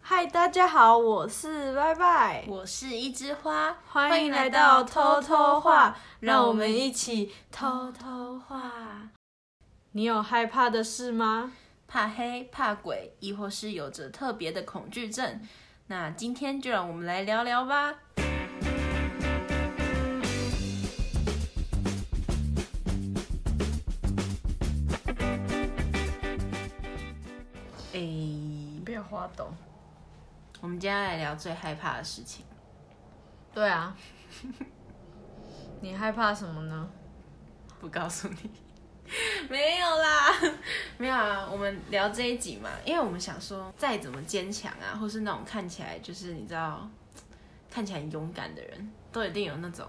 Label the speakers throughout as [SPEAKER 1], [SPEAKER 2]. [SPEAKER 1] 嗨，大家好，我是拜拜，
[SPEAKER 2] 我是一枝花，
[SPEAKER 1] 欢迎来到偷偷话，让我们一起偷偷话。你有害怕的事吗？
[SPEAKER 2] 怕黑、怕鬼，亦或是有着特别的恐惧症。那今天就让我们来聊聊吧。诶，
[SPEAKER 1] 不要花抖。
[SPEAKER 2] 我们今天来聊最害怕的事情。
[SPEAKER 1] 对啊， 你害怕什么呢？
[SPEAKER 2] 不告诉你， 没有啦，没有啊。我们聊这一集嘛，因为我们想说，再怎么坚强啊，或是那种看起来就是你知道，看起来很勇敢的人，都一定有那种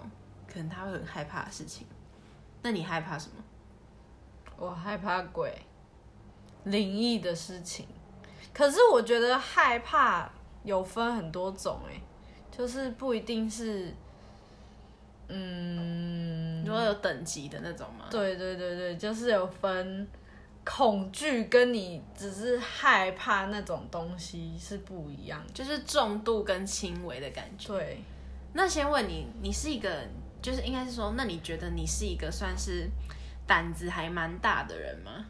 [SPEAKER 2] 可能他会很害怕的事情。那你害怕什么？
[SPEAKER 1] 我害怕鬼，灵异的事情。可是我觉得害怕有分很多种、欸，就是不一定是，嗯，
[SPEAKER 2] 你说有等级的那种吗？
[SPEAKER 1] 对对对对，就是有分恐惧跟你只是害怕那种东西是不一样的。
[SPEAKER 2] 就是重度跟轻微的感觉。
[SPEAKER 1] 对，
[SPEAKER 2] 那先问你，你是一个，就是应该是说，那你觉得你是一个算是胆子还蛮大的人吗？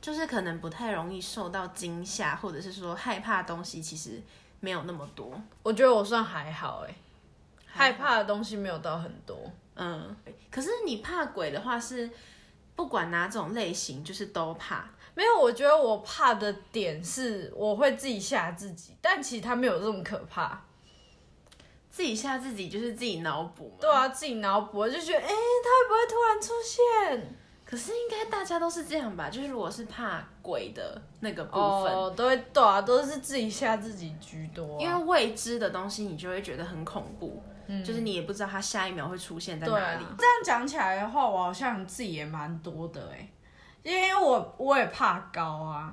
[SPEAKER 2] 就是可能不太容易受到惊吓，或者是说害怕的东西，其实没有那么多。
[SPEAKER 1] 我觉得我算还好哎、害
[SPEAKER 2] 还好
[SPEAKER 1] 怕的东西没有到很多。
[SPEAKER 2] 嗯，可是你怕鬼的话是不管哪种类型，就是都怕。
[SPEAKER 1] 没有，我觉得我怕的点是我会自己吓自己，但其实它没有这么可怕。
[SPEAKER 2] 自己吓自己就是自己脑补嘛。
[SPEAKER 1] 对啊，自己脑补就觉得，哎、它会不会突然出现？
[SPEAKER 2] 可是应该大家都是这样吧？就是如果是怕鬼的那个部分，
[SPEAKER 1] 哦，都会对啊，都是自己吓自己居多啊、
[SPEAKER 2] 因为未知的东西你就会觉得很恐怖，就是你也不知道它下一秒会出现在
[SPEAKER 1] 嗯对
[SPEAKER 2] 哪
[SPEAKER 1] 啊
[SPEAKER 2] 里。
[SPEAKER 1] 这样讲起来的话，我好像自己也蛮多的哎、因为我我也怕高啊，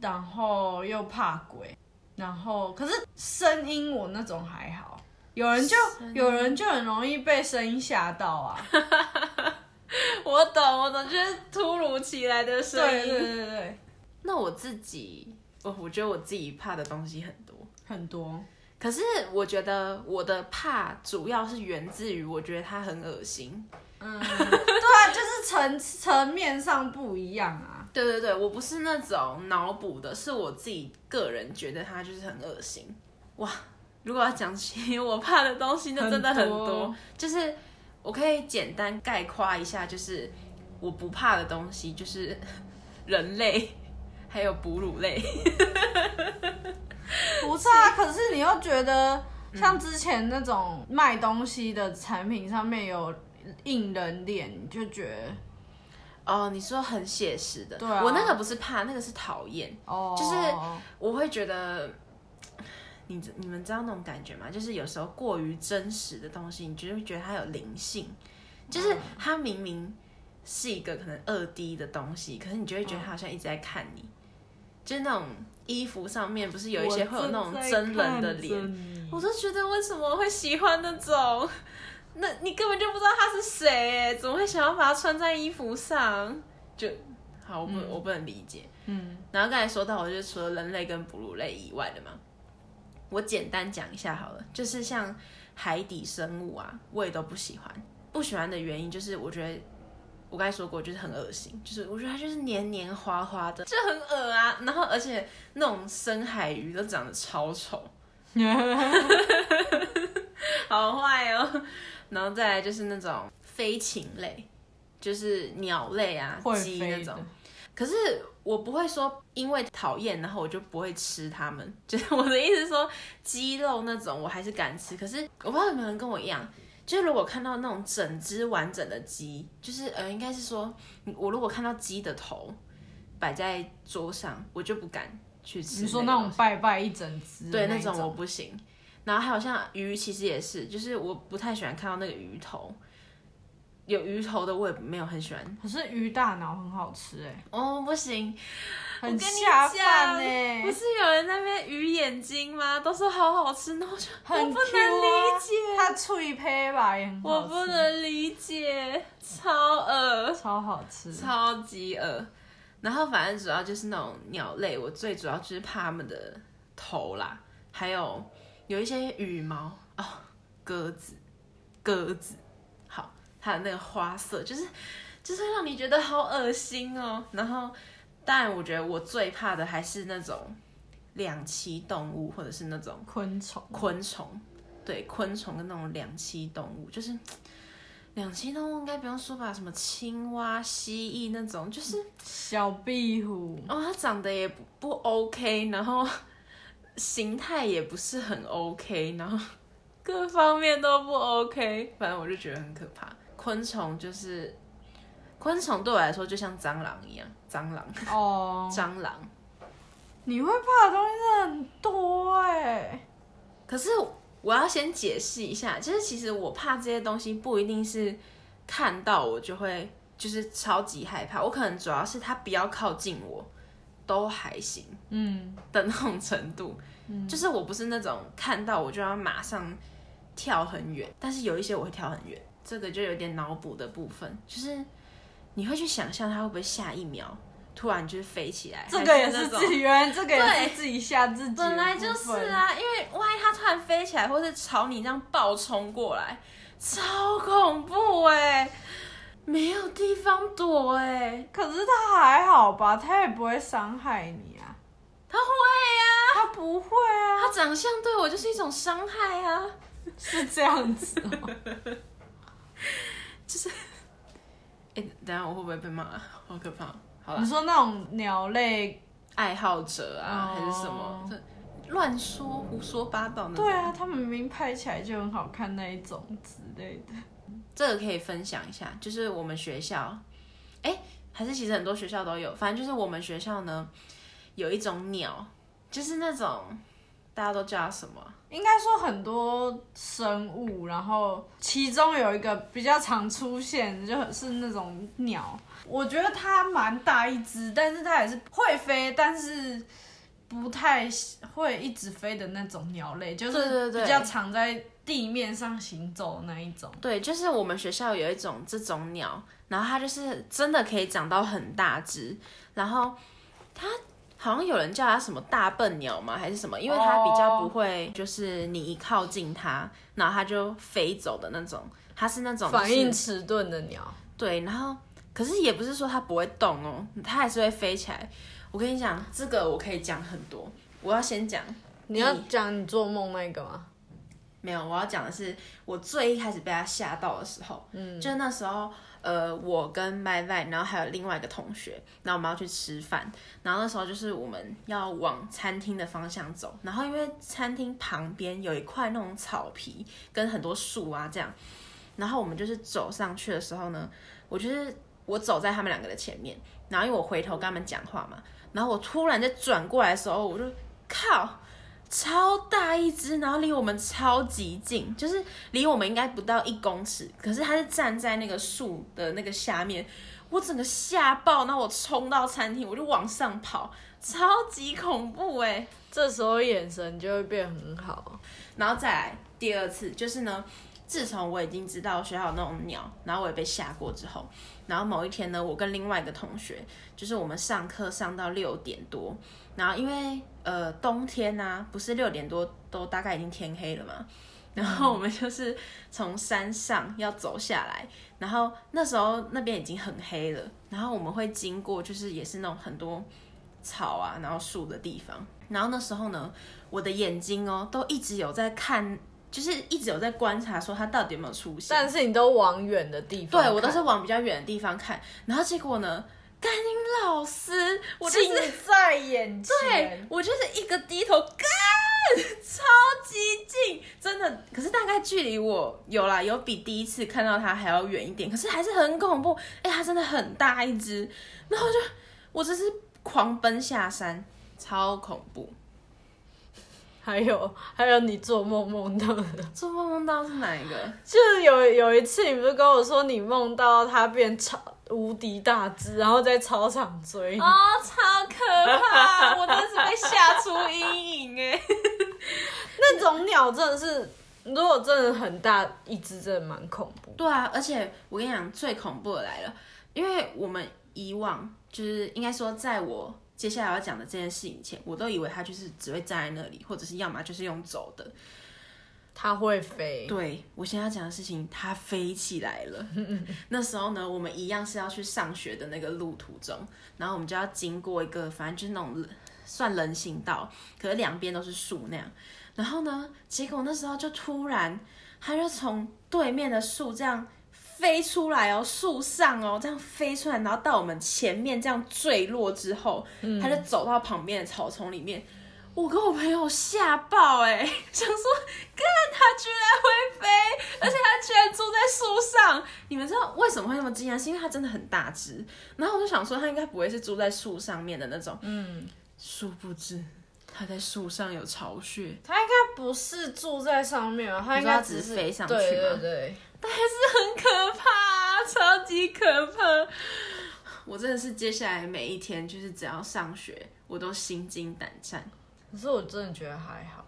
[SPEAKER 1] 然后又怕鬼，然后可是声音我那种还好，有人就有人就很容易被声音吓到 啊。
[SPEAKER 2] 我懂，我懂，就是突如其来的声
[SPEAKER 1] 对
[SPEAKER 2] 音。
[SPEAKER 1] 对对对，
[SPEAKER 2] 那我自己，我我觉得我自己怕的东西很多，
[SPEAKER 1] 很多
[SPEAKER 2] 可是我觉得我的怕主要是源自于我觉得它很恶心。
[SPEAKER 1] 对啊，就是层层面上不一样 啊。
[SPEAKER 2] 对对对，我不是那种脑补的，是我自己个人觉得它就是很恶心。哇，如果要讲起我怕的东西，那真的很
[SPEAKER 1] 很
[SPEAKER 2] 多。
[SPEAKER 1] 多
[SPEAKER 2] 就是我可以简单概括一下，就是我不怕的东西，就是人类，还有哺乳类。
[SPEAKER 1] 不是啊，可是你又觉得像之前那种卖东西的产品上面有印人脸，你就觉得
[SPEAKER 2] 哦，你说很写实的，
[SPEAKER 1] 对啊
[SPEAKER 2] 我那个不是怕，那个是讨厌。
[SPEAKER 1] 哦，
[SPEAKER 2] 就是我会觉得，你你们知道那种感觉吗？就是有时候过于真实的东西，你就会觉得它有灵性，就是它明明是一个可能二 D 的东西，可是你就会觉得它好像一直在看你，就是那种衣服上面不是有一些会有那种真人的脸，
[SPEAKER 1] 脸。
[SPEAKER 2] 我都觉得为什么会喜欢那种？ 那你根本就不知道他是谁，怎么会想要把它穿在衣服上？就好，我不、我不能理解。
[SPEAKER 1] 嗯，
[SPEAKER 2] 然后刚才说到，我就除了人类跟哺乳类以外的嘛，我简单讲一下好了，就是像海底生物啊，我也都不喜欢。不喜欢的原因就是，我觉得我刚才说过，就是很恶心，就是我觉得它就是黏黏滑滑的，就很恶啊。然后而且那种深海鱼都长得超丑， 好坏哦。然后再来就是那种飞禽类，就是鸟类啊
[SPEAKER 1] 会，
[SPEAKER 2] 鸡
[SPEAKER 1] 飞
[SPEAKER 2] 那
[SPEAKER 1] 的
[SPEAKER 2] 种。可是我不会说因为讨厌，然后我就不会吃它们。 就是我的意思是说，鸡肉那种我还是敢吃。可是我不知道有没有人跟我一样，就是如果看到那种整只完整的鸡，就是呃，应该是说，我如果看到鸡的头摆在桌上，我就不敢去吃个东西。
[SPEAKER 1] 你说那种拜拜一整只，
[SPEAKER 2] 对，
[SPEAKER 1] 那
[SPEAKER 2] 那种我不行。然后还有像鱼，其实也是，就是我不太喜欢看到那个鱼头，有鱼头的我也没有很喜欢。
[SPEAKER 1] 可是鱼大脑很好吃哎，
[SPEAKER 2] 哦，不行，
[SPEAKER 1] 很
[SPEAKER 2] 跟你
[SPEAKER 1] 下饭
[SPEAKER 2] 不
[SPEAKER 1] 哎，
[SPEAKER 2] 是有人在那边鱼眼睛吗？都说好好吃，那我就
[SPEAKER 1] 很
[SPEAKER 2] 我不
[SPEAKER 1] Q 啊
[SPEAKER 2] 能理解，
[SPEAKER 1] 它脆胚吧也很
[SPEAKER 2] 我
[SPEAKER 1] 好吃，
[SPEAKER 2] 不能理解，超恶，
[SPEAKER 1] 超好吃，
[SPEAKER 2] 超级恶。然后反正主要就是那种鸟类，我最主要就是怕它们的头啦，还有有一些羽毛哦，鸽子，鸽子，好，它的那个花色，就是就是会让你觉得好恶心哦。然后，但我觉得我最怕的还是那种两栖动物，或者是那种。
[SPEAKER 1] 昆虫。
[SPEAKER 2] 昆虫，对，昆虫跟那种两栖动物，就是两栖动物应该不用说吧，什么青蛙、蜥蜴那种，就是
[SPEAKER 1] 小壁虎，
[SPEAKER 2] 哦，它长得也不不 OK，然后形态也不是很 OK，然后各方面都不 OK，反正我就觉得很可怕。昆虫就是昆虫对我来说就像蟑螂一样，蟑螂，
[SPEAKER 1] 哦，
[SPEAKER 2] 蟑螂。
[SPEAKER 1] 你会怕的东西真的很多哎、
[SPEAKER 2] 可是我要先解释一下，就是其实我怕这些东西不一定是看到我就会就是超级害怕，我可能主要是它不要靠近我都还行
[SPEAKER 1] 嗯，
[SPEAKER 2] 的那种程度，就是我不是那种看到我就要马上跳很远，但是有一些我会跳很远，这个就有点脑补的部分，就是你会去想象它会不会下一秒突然就是飞起来，
[SPEAKER 1] 这个也
[SPEAKER 2] 还
[SPEAKER 1] 是
[SPEAKER 2] 那种
[SPEAKER 1] 自己原，这个也
[SPEAKER 2] 对
[SPEAKER 1] 是自己吓自己，
[SPEAKER 2] 本来就是。啊，因为万一它突然飞起来，或是朝你这样暴冲过来，超恐怖哎、没有地方躲哎、
[SPEAKER 1] 可是它还好吧，它也不会伤害你啊，
[SPEAKER 2] 它会 啊，
[SPEAKER 1] 它不会啊，
[SPEAKER 2] 它长相对我就是一种伤害啊，
[SPEAKER 1] 是这样子哦、
[SPEAKER 2] 就是，哎、等一下我会不会被骂啊？好可怕！好
[SPEAKER 1] 你
[SPEAKER 2] 了，
[SPEAKER 1] 说那种鸟类，
[SPEAKER 2] 爱好者啊、
[SPEAKER 1] 哦
[SPEAKER 2] 还是什么？这乱说胡说八道那种
[SPEAKER 1] 对啊，它们明明拍起来就很好看那一种之类的。
[SPEAKER 2] 这个可以分享一下，就是我们学校，哎，还是其实很多学校都有，反正就是我们学校呢有一种鸟，就是那种大家都叫它什么啊？
[SPEAKER 1] 应该说很多生物，然后其中有一个比较常出现，就是那种鸟。我觉得它蛮大一只，但是它也是会飞，但是不太会一直飞的那种鸟类，就
[SPEAKER 2] 对
[SPEAKER 1] 是
[SPEAKER 2] 对对
[SPEAKER 1] 比较常在地面上行走的那一种。
[SPEAKER 2] 对，就是我们学校有一种这种鸟，然后它就是真的可以长到很大只，然后它好像有人叫它什么大笨鸟嘛，还是什么，因为它比较不会，就是你一靠近它，然后它就飞走的那种，它是那种就是
[SPEAKER 1] 迟钝的鸟，
[SPEAKER 2] 对，然后可是也不是说它不会动哦，它还是会飞起来。我跟你讲，这个我可以讲很多。我要先讲，
[SPEAKER 1] 你要讲你做梦那个吗？
[SPEAKER 2] 没有，我要讲的是我最一开始被它吓到的时候，嗯，就是那时候，呃，我跟 My v i 然后还有另外一个同学，然后我们要去吃饭，然后那时候就是我们要往餐厅的方向走，然后因为餐厅旁边有一块那种草皮跟很多树啊这样，然后我们就是走上去的时候呢，我就是我走在他们两个的前面，然后因为我回头跟他们讲话嘛，然后我突然在转过来的时候，我就靠。超大一只，然后离我们超级近，就是离我们应该不到一公尺，可是它是站在那个树的那个下面，我整个吓爆，然后我冲到餐厅，我就往上跑，超级恐怖哎、
[SPEAKER 1] 这时候眼神就会变很好。
[SPEAKER 2] 然后再来第二次，就是呢，自从我已经知道学校有那种鸟，然后我也被吓过之后，然后某一天呢，我跟另外一个同学，就是我们上课上到六点多，然后因为呃冬天呢、不是六点多都大概已经天黑了嘛。然后我们就是从山上要走下来，然后那时候那边已经很黑了，然后我们会经过就是也是那种很多草啊，然后树的地方。然后那时候呢，我的眼睛哦，都一直有在看，就是一直有在观察，说它到底有没有出现。
[SPEAKER 1] 但是你都往远的地方看，
[SPEAKER 2] 对我都是往比较远的地方看，然后结果呢，甘宁老师，我就是
[SPEAKER 1] 近在眼前。
[SPEAKER 2] 对我就是一个低头，干，超级近，真的。可是大概距离我有啦，有比第一次看到它还要远一点，可是还是很恐怖。哎、它真的很大一只，然后就我只是狂奔下山，超恐怖。
[SPEAKER 1] 还有还有，你做梦梦到的，
[SPEAKER 2] 做梦梦到是哪一个？
[SPEAKER 1] 就是有有一次，你不是跟我说你梦到他变超无敌大只，然后在操场追你，
[SPEAKER 2] 哦，超可怕！我真的是被吓出阴影哎。
[SPEAKER 1] 那种鸟真的是，如果真的很大一只，真的蛮恐怖。
[SPEAKER 2] 对啊，而且我跟你讲，最恐怖的来了，因为我们以往就是应该说，在我接下来要讲的这件事情前，我都以为它就是只会站在那里，或者是要么就是用走的。
[SPEAKER 1] 它会飞，
[SPEAKER 2] 对我现在要讲的事情，它飞起来了。那时候呢，我们一样是要去上学的那个路途中，然后我们就要经过一个，反正就是那种算人行道，可是两边都是树那样。然后呢，结果那时候就突然，它就从对面的树哦这样飞出来哦，树上哦，这样飞出来，然后到我们前面这样坠落之后，它就走到旁边的草丛里面。我跟我朋友吓爆哎、 想说，干它居然会飞，而且它居然住在树上。你们知道为什么会那么惊讶？是因为它真的很大只。然后我就想说，它应该不会是住在树上面的那种。嗯，殊不知它在树上有巢穴，
[SPEAKER 1] 它应该不是住在上面啊，它应该
[SPEAKER 2] 你说它只是
[SPEAKER 1] 是
[SPEAKER 2] 飞上去吗
[SPEAKER 1] 对对对，
[SPEAKER 2] 但还是很可怕、啊，超级可怕。我真的是接下来每一天，就是只要上学，我都心惊胆战，
[SPEAKER 1] 可是我真的觉得还好。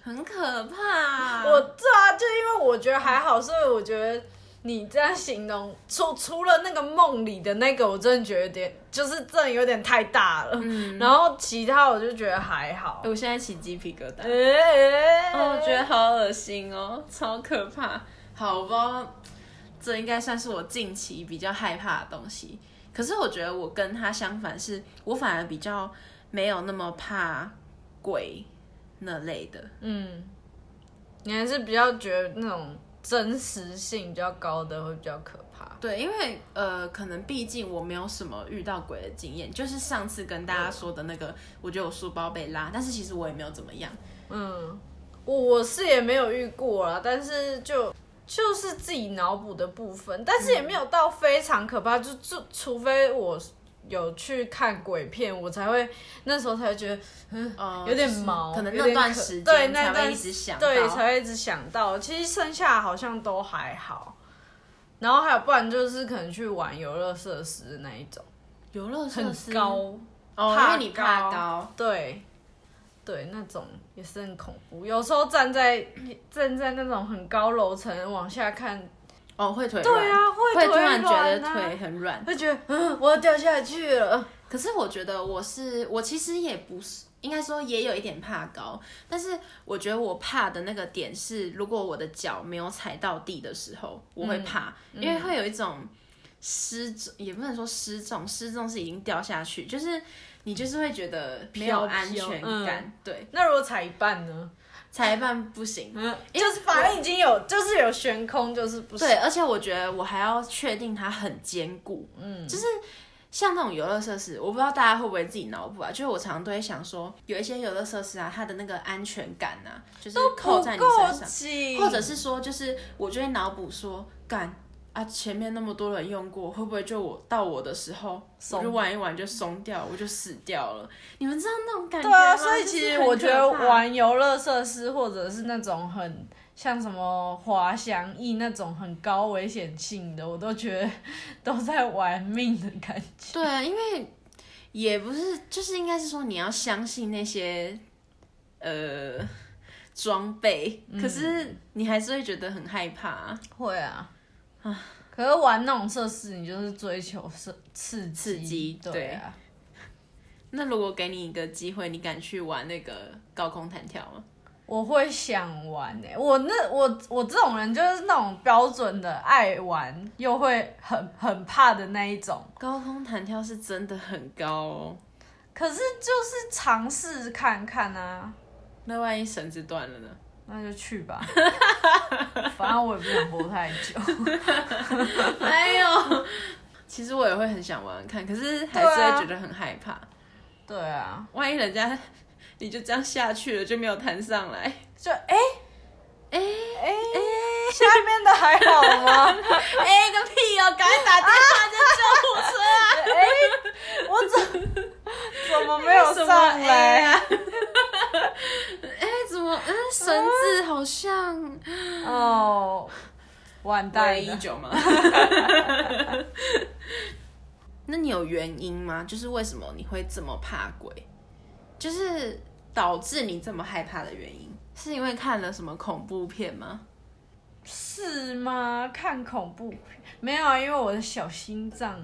[SPEAKER 2] 很可怕。
[SPEAKER 1] 我对啊，就因为我觉得还好，所以我觉得你这样形容，除除了那个梦里的那个，我真的觉得有点，就是真的有点太大了。
[SPEAKER 2] 嗯
[SPEAKER 1] 然后其他我就觉得还好。
[SPEAKER 2] 我现在起鸡皮疙瘩。
[SPEAKER 1] 哎、欸
[SPEAKER 2] 嗯哦，我觉得好恶心哦，超可怕。好吧，这应该算是我近期比较害怕的东西。可是我觉得我跟他相反是，我反而比较没有那么怕鬼那类的。
[SPEAKER 1] 嗯，你还是比较觉得那种真实性比较高的会比较可怕。
[SPEAKER 2] 对，因为呃，可能毕竟我没有什么遇到鬼的经验，就是上次跟大家说的那个，我觉得我书包被拉，但是其实我也没有怎么样。
[SPEAKER 1] 嗯，我我是也没有遇过啦，但是就就是自己脑补的部分，但是也没有到非常可怕，就就除非我有去看鬼片，我才会那时候才会觉得
[SPEAKER 2] 呃，
[SPEAKER 1] 有点
[SPEAKER 2] 就是
[SPEAKER 1] 毛，
[SPEAKER 2] 可能
[SPEAKER 1] 有
[SPEAKER 2] 那
[SPEAKER 1] 点
[SPEAKER 2] 段
[SPEAKER 1] 可
[SPEAKER 2] 时
[SPEAKER 1] 对
[SPEAKER 2] 间
[SPEAKER 1] 那
[SPEAKER 2] 才会
[SPEAKER 1] 段
[SPEAKER 2] 一直想到，
[SPEAKER 1] 对才会一直想到，其实剩下好像都还好。然后还有，不然就是可能去玩游乐设施那一种，
[SPEAKER 2] 游乐设施
[SPEAKER 1] 很高，
[SPEAKER 2] 哦，因为你怕高，
[SPEAKER 1] 对，对，那种也是很恐怖。有时候站在站在那种很高楼层往下看，
[SPEAKER 2] 哦，会腿软，
[SPEAKER 1] 对啊，
[SPEAKER 2] 会
[SPEAKER 1] 突
[SPEAKER 2] 突然觉得
[SPEAKER 1] 软啊
[SPEAKER 2] 腿很软。
[SPEAKER 1] 会觉得嗯，我要掉下去了。
[SPEAKER 2] 可是我觉得我是我其实也不是，应该说也有一点怕高，但是我觉得我怕的那个点是，如果我的脚没有踩到地的时候，我
[SPEAKER 1] 嗯
[SPEAKER 2] 会怕，因为会有一种失重，也不能说失重，失重是已经掉下去，就是你就是会觉得没有
[SPEAKER 1] 飘
[SPEAKER 2] 安
[SPEAKER 1] 飘
[SPEAKER 2] 全
[SPEAKER 1] 嗯
[SPEAKER 2] 感，对，
[SPEAKER 1] 那如果踩一半呢？
[SPEAKER 2] 踩一半不行。
[SPEAKER 1] 嗯，就是反正已经有，就是有悬空，就是不是
[SPEAKER 2] 对，而且我觉得我还要确定它很坚固，嗯，就是像那种游乐设施，我不知道大家会不会自己脑补啊，就是我常常都会想说，有一些游乐设施啊，它的那个安全感啊，就是扣
[SPEAKER 1] 不
[SPEAKER 2] 在你
[SPEAKER 1] 够
[SPEAKER 2] 身上，
[SPEAKER 1] 紧，
[SPEAKER 2] 或者是说，就是我就会脑补说，干啊，前面那么多人用过，会不会就我到我的时候，我
[SPEAKER 1] 松
[SPEAKER 2] 就玩一玩就松掉，我就死掉了？你们知道那种感觉
[SPEAKER 1] 对
[SPEAKER 2] 吗？
[SPEAKER 1] 啊，所以
[SPEAKER 2] 就是
[SPEAKER 1] 其实
[SPEAKER 2] 很
[SPEAKER 1] 我
[SPEAKER 2] 可
[SPEAKER 1] 觉得
[SPEAKER 2] 怕
[SPEAKER 1] 玩游乐设施或者是那种很像什么滑翔翼那种很高危险性的，我都觉得 都在玩命的感觉。
[SPEAKER 2] 对，因为也不是，就是应该是说你要相信那些呃装备，可是你还是会觉得很害怕啊、
[SPEAKER 1] 会啊，可是玩那种设施，你就是追求是刺激，
[SPEAKER 2] 刺激
[SPEAKER 1] 对啊。
[SPEAKER 2] 那如果给你一个机会，你敢去玩那个高空弹跳吗？
[SPEAKER 1] 我会想玩诶、我那我我这种人就是那种标准的爱玩又会很很怕的那一种，
[SPEAKER 2] 高空弹跳是真的很高哦，
[SPEAKER 1] 可是就是尝试看看啊。
[SPEAKER 2] 那万一绳子断了呢？
[SPEAKER 1] 那就去吧， 反正我也不想活太久。
[SPEAKER 2] 哎呦，其实我也会很想玩玩看，可是还
[SPEAKER 1] 对
[SPEAKER 2] 是
[SPEAKER 1] 啊
[SPEAKER 2] 会觉得很害怕，
[SPEAKER 1] 对啊，
[SPEAKER 2] 万一人家 你就这样下去了，就没有弹上来。
[SPEAKER 1] 就哎哎哎，下面的还好吗？
[SPEAKER 2] 哎、个屁哦！赶快打电话叫救护车啊！
[SPEAKER 1] 哎，我怎怎么没
[SPEAKER 2] 没
[SPEAKER 1] 有上来？
[SPEAKER 2] 啊！哎、怎么？嗯，绳子好像
[SPEAKER 1] 哦，完蛋
[SPEAKER 2] 带一
[SPEAKER 1] 了。
[SPEAKER 2] 九吗？ 那你有原因吗？就是为什么你会这么怕鬼？就是导致你这么害怕的原因，是因为看了什么恐怖片吗？
[SPEAKER 1] 是吗？看恐怖片没有啊？因为我的小心脏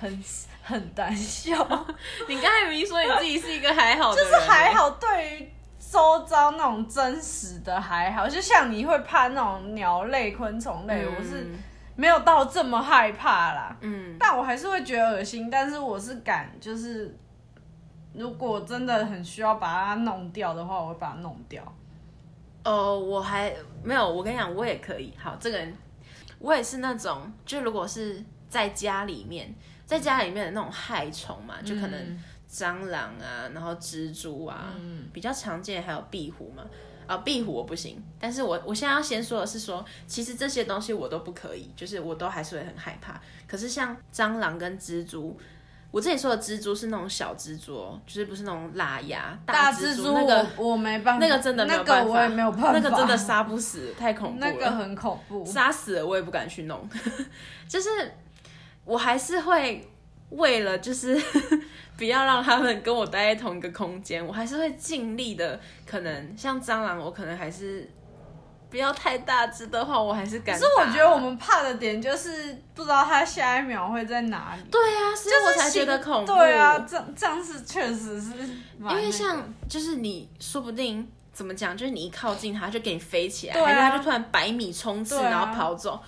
[SPEAKER 1] 很很胆 小，
[SPEAKER 2] 你刚才明明说你自己是一个还好的
[SPEAKER 1] 就
[SPEAKER 2] 人，
[SPEAKER 1] 是还好，对于周遭那种真实的还好，就像你会怕那种鸟类、昆虫类，
[SPEAKER 2] 嗯，
[SPEAKER 1] 我是没有到这么害怕啦。
[SPEAKER 2] 嗯
[SPEAKER 1] 但我还是会觉得恶心，但是我是敢，就是如果真的很需要把它弄掉的话，我会把它弄掉。
[SPEAKER 2] 哦，我还没有，我跟你讲，我也可以。好，这个人我也是那种，就如果是在家里面，在家里面的那种害虫嘛，就可能
[SPEAKER 1] 嗯
[SPEAKER 2] 蟑螂啊，然后蜘蛛啊，比较常见还有壁虎嘛。啊、壁虎我不行，但是我我现在要先说的是说，其实这些东西我都不可以，就是我都还是会很害怕。可是像蟑螂跟蜘蛛，我这里说的蜘蛛是那种小蜘蛛哦，就是不是那种辣牙
[SPEAKER 1] 大
[SPEAKER 2] 蜘
[SPEAKER 1] 蜘蛛
[SPEAKER 2] 那
[SPEAKER 1] 我、
[SPEAKER 2] 个
[SPEAKER 1] 我没办法，
[SPEAKER 2] 那个真的没
[SPEAKER 1] 那
[SPEAKER 2] 有
[SPEAKER 1] 个
[SPEAKER 2] 办法，
[SPEAKER 1] 我也没有办法，
[SPEAKER 2] 那个真的杀不死，太恐怖了，
[SPEAKER 1] 那个很恐怖。
[SPEAKER 2] 杀死了我也不敢 去弄，就是我还是会为了就是 不要让他们跟我待在同一个空间，我还是会尽力的，可能像蟑螂，我可能还是。不要太大只的话，我还是敢
[SPEAKER 1] 可
[SPEAKER 2] 打。
[SPEAKER 1] 是我觉得我们怕的点就是不知道它下一秒会在哪里，
[SPEAKER 2] 对啊，所以我才觉得
[SPEAKER 1] 就是
[SPEAKER 2] 恐怖。
[SPEAKER 1] 对啊，这这样是确实是蛮那个，
[SPEAKER 2] 因为像就是你说不定怎么讲，就是你一靠近它就给你飞起来，
[SPEAKER 1] 对啊
[SPEAKER 2] 还是它就突然百米冲刺、
[SPEAKER 1] 对啊嗯
[SPEAKER 2] 然后跑走，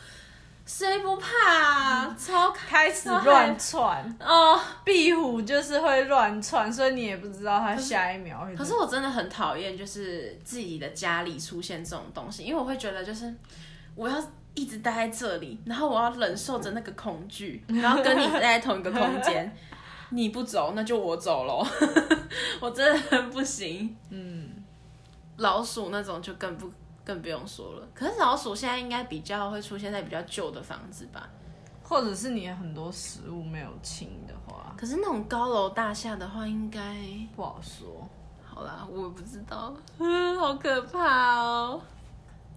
[SPEAKER 2] 谁不怕啊？超开
[SPEAKER 1] 开始乱窜，
[SPEAKER 2] 哦！
[SPEAKER 1] 壁虎就是会乱窜，所以你也不知道它下一秒会怎么样。
[SPEAKER 2] 可是我真的很讨厌，就是自己的家里出现这种东西，因为我会觉得就是我要。一直待在这里，然后我要忍受着那个恐惧，然后跟你待在同一个空间，你不走，那就我走喽。 我真的很不行。
[SPEAKER 1] 嗯，
[SPEAKER 2] 老鼠那种就更不更不用说了。可是老鼠现在应该比较会出现在比较旧的房子吧？
[SPEAKER 1] 或者是你很多食物没有清的话，
[SPEAKER 2] 可是那种高楼大厦的话，应该
[SPEAKER 1] 不好说。
[SPEAKER 2] 好啦，我不知道， 嗯好可怕哦。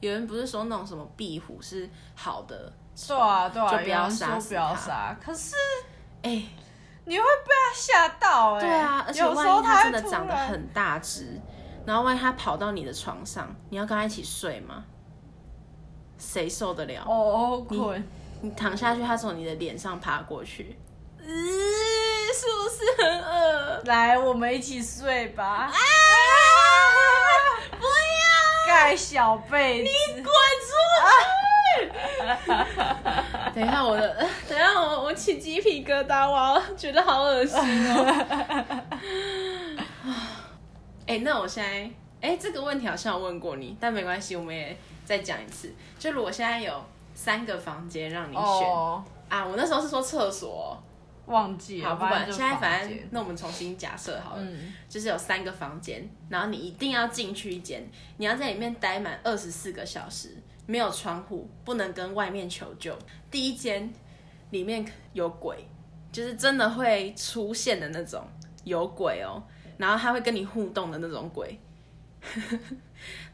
[SPEAKER 2] 有人不是说那种什么壁虎是好的，
[SPEAKER 1] 对啊，对啊，
[SPEAKER 2] 就不要
[SPEAKER 1] 有人说
[SPEAKER 2] 杀死
[SPEAKER 1] 不要
[SPEAKER 2] 它
[SPEAKER 1] 杀。可是
[SPEAKER 2] 哎、
[SPEAKER 1] 你会被它吓到哎、
[SPEAKER 2] 对啊，而且
[SPEAKER 1] 有时
[SPEAKER 2] 万
[SPEAKER 1] 候
[SPEAKER 2] 一它
[SPEAKER 1] 会
[SPEAKER 2] 真的长
[SPEAKER 1] 突
[SPEAKER 2] 得
[SPEAKER 1] 然
[SPEAKER 2] 很大只，然后万一它跑到你的床上，你要跟它一起睡吗？谁受得了？
[SPEAKER 1] 哦，滚！
[SPEAKER 2] 你躺下去，它从你的脸上爬过去，
[SPEAKER 1] 呃
[SPEAKER 2] 是不是很恶？
[SPEAKER 1] 来，我们一起睡
[SPEAKER 2] 啊
[SPEAKER 1] 吧。
[SPEAKER 2] 不要，
[SPEAKER 1] 盖小被子，
[SPEAKER 2] 滚出去！ 等一下我的，等一下我我起鸡皮疙瘩，我觉得好恶 心哦。哎、那我现在，哎、这个问题好像有问过你，但没关系，我们也再讲一次。就如果现在有三个房间 让你选、
[SPEAKER 1] 哦，
[SPEAKER 2] 啊，我那时候是说厕所哦、
[SPEAKER 1] 忘记了，
[SPEAKER 2] 好，不管
[SPEAKER 1] 就
[SPEAKER 2] 现在反
[SPEAKER 1] 房
[SPEAKER 2] 正
[SPEAKER 1] 间，
[SPEAKER 2] 那我们重新假设好了，
[SPEAKER 1] 嗯
[SPEAKER 2] 就是有三个房间，然后你一定要进去一间，你要在里面待满二十四个小时，没有窗户，不能跟外面求救。第一间里面有鬼，就是真的会出现的那种有鬼哦，然后他会跟你互动的那种鬼。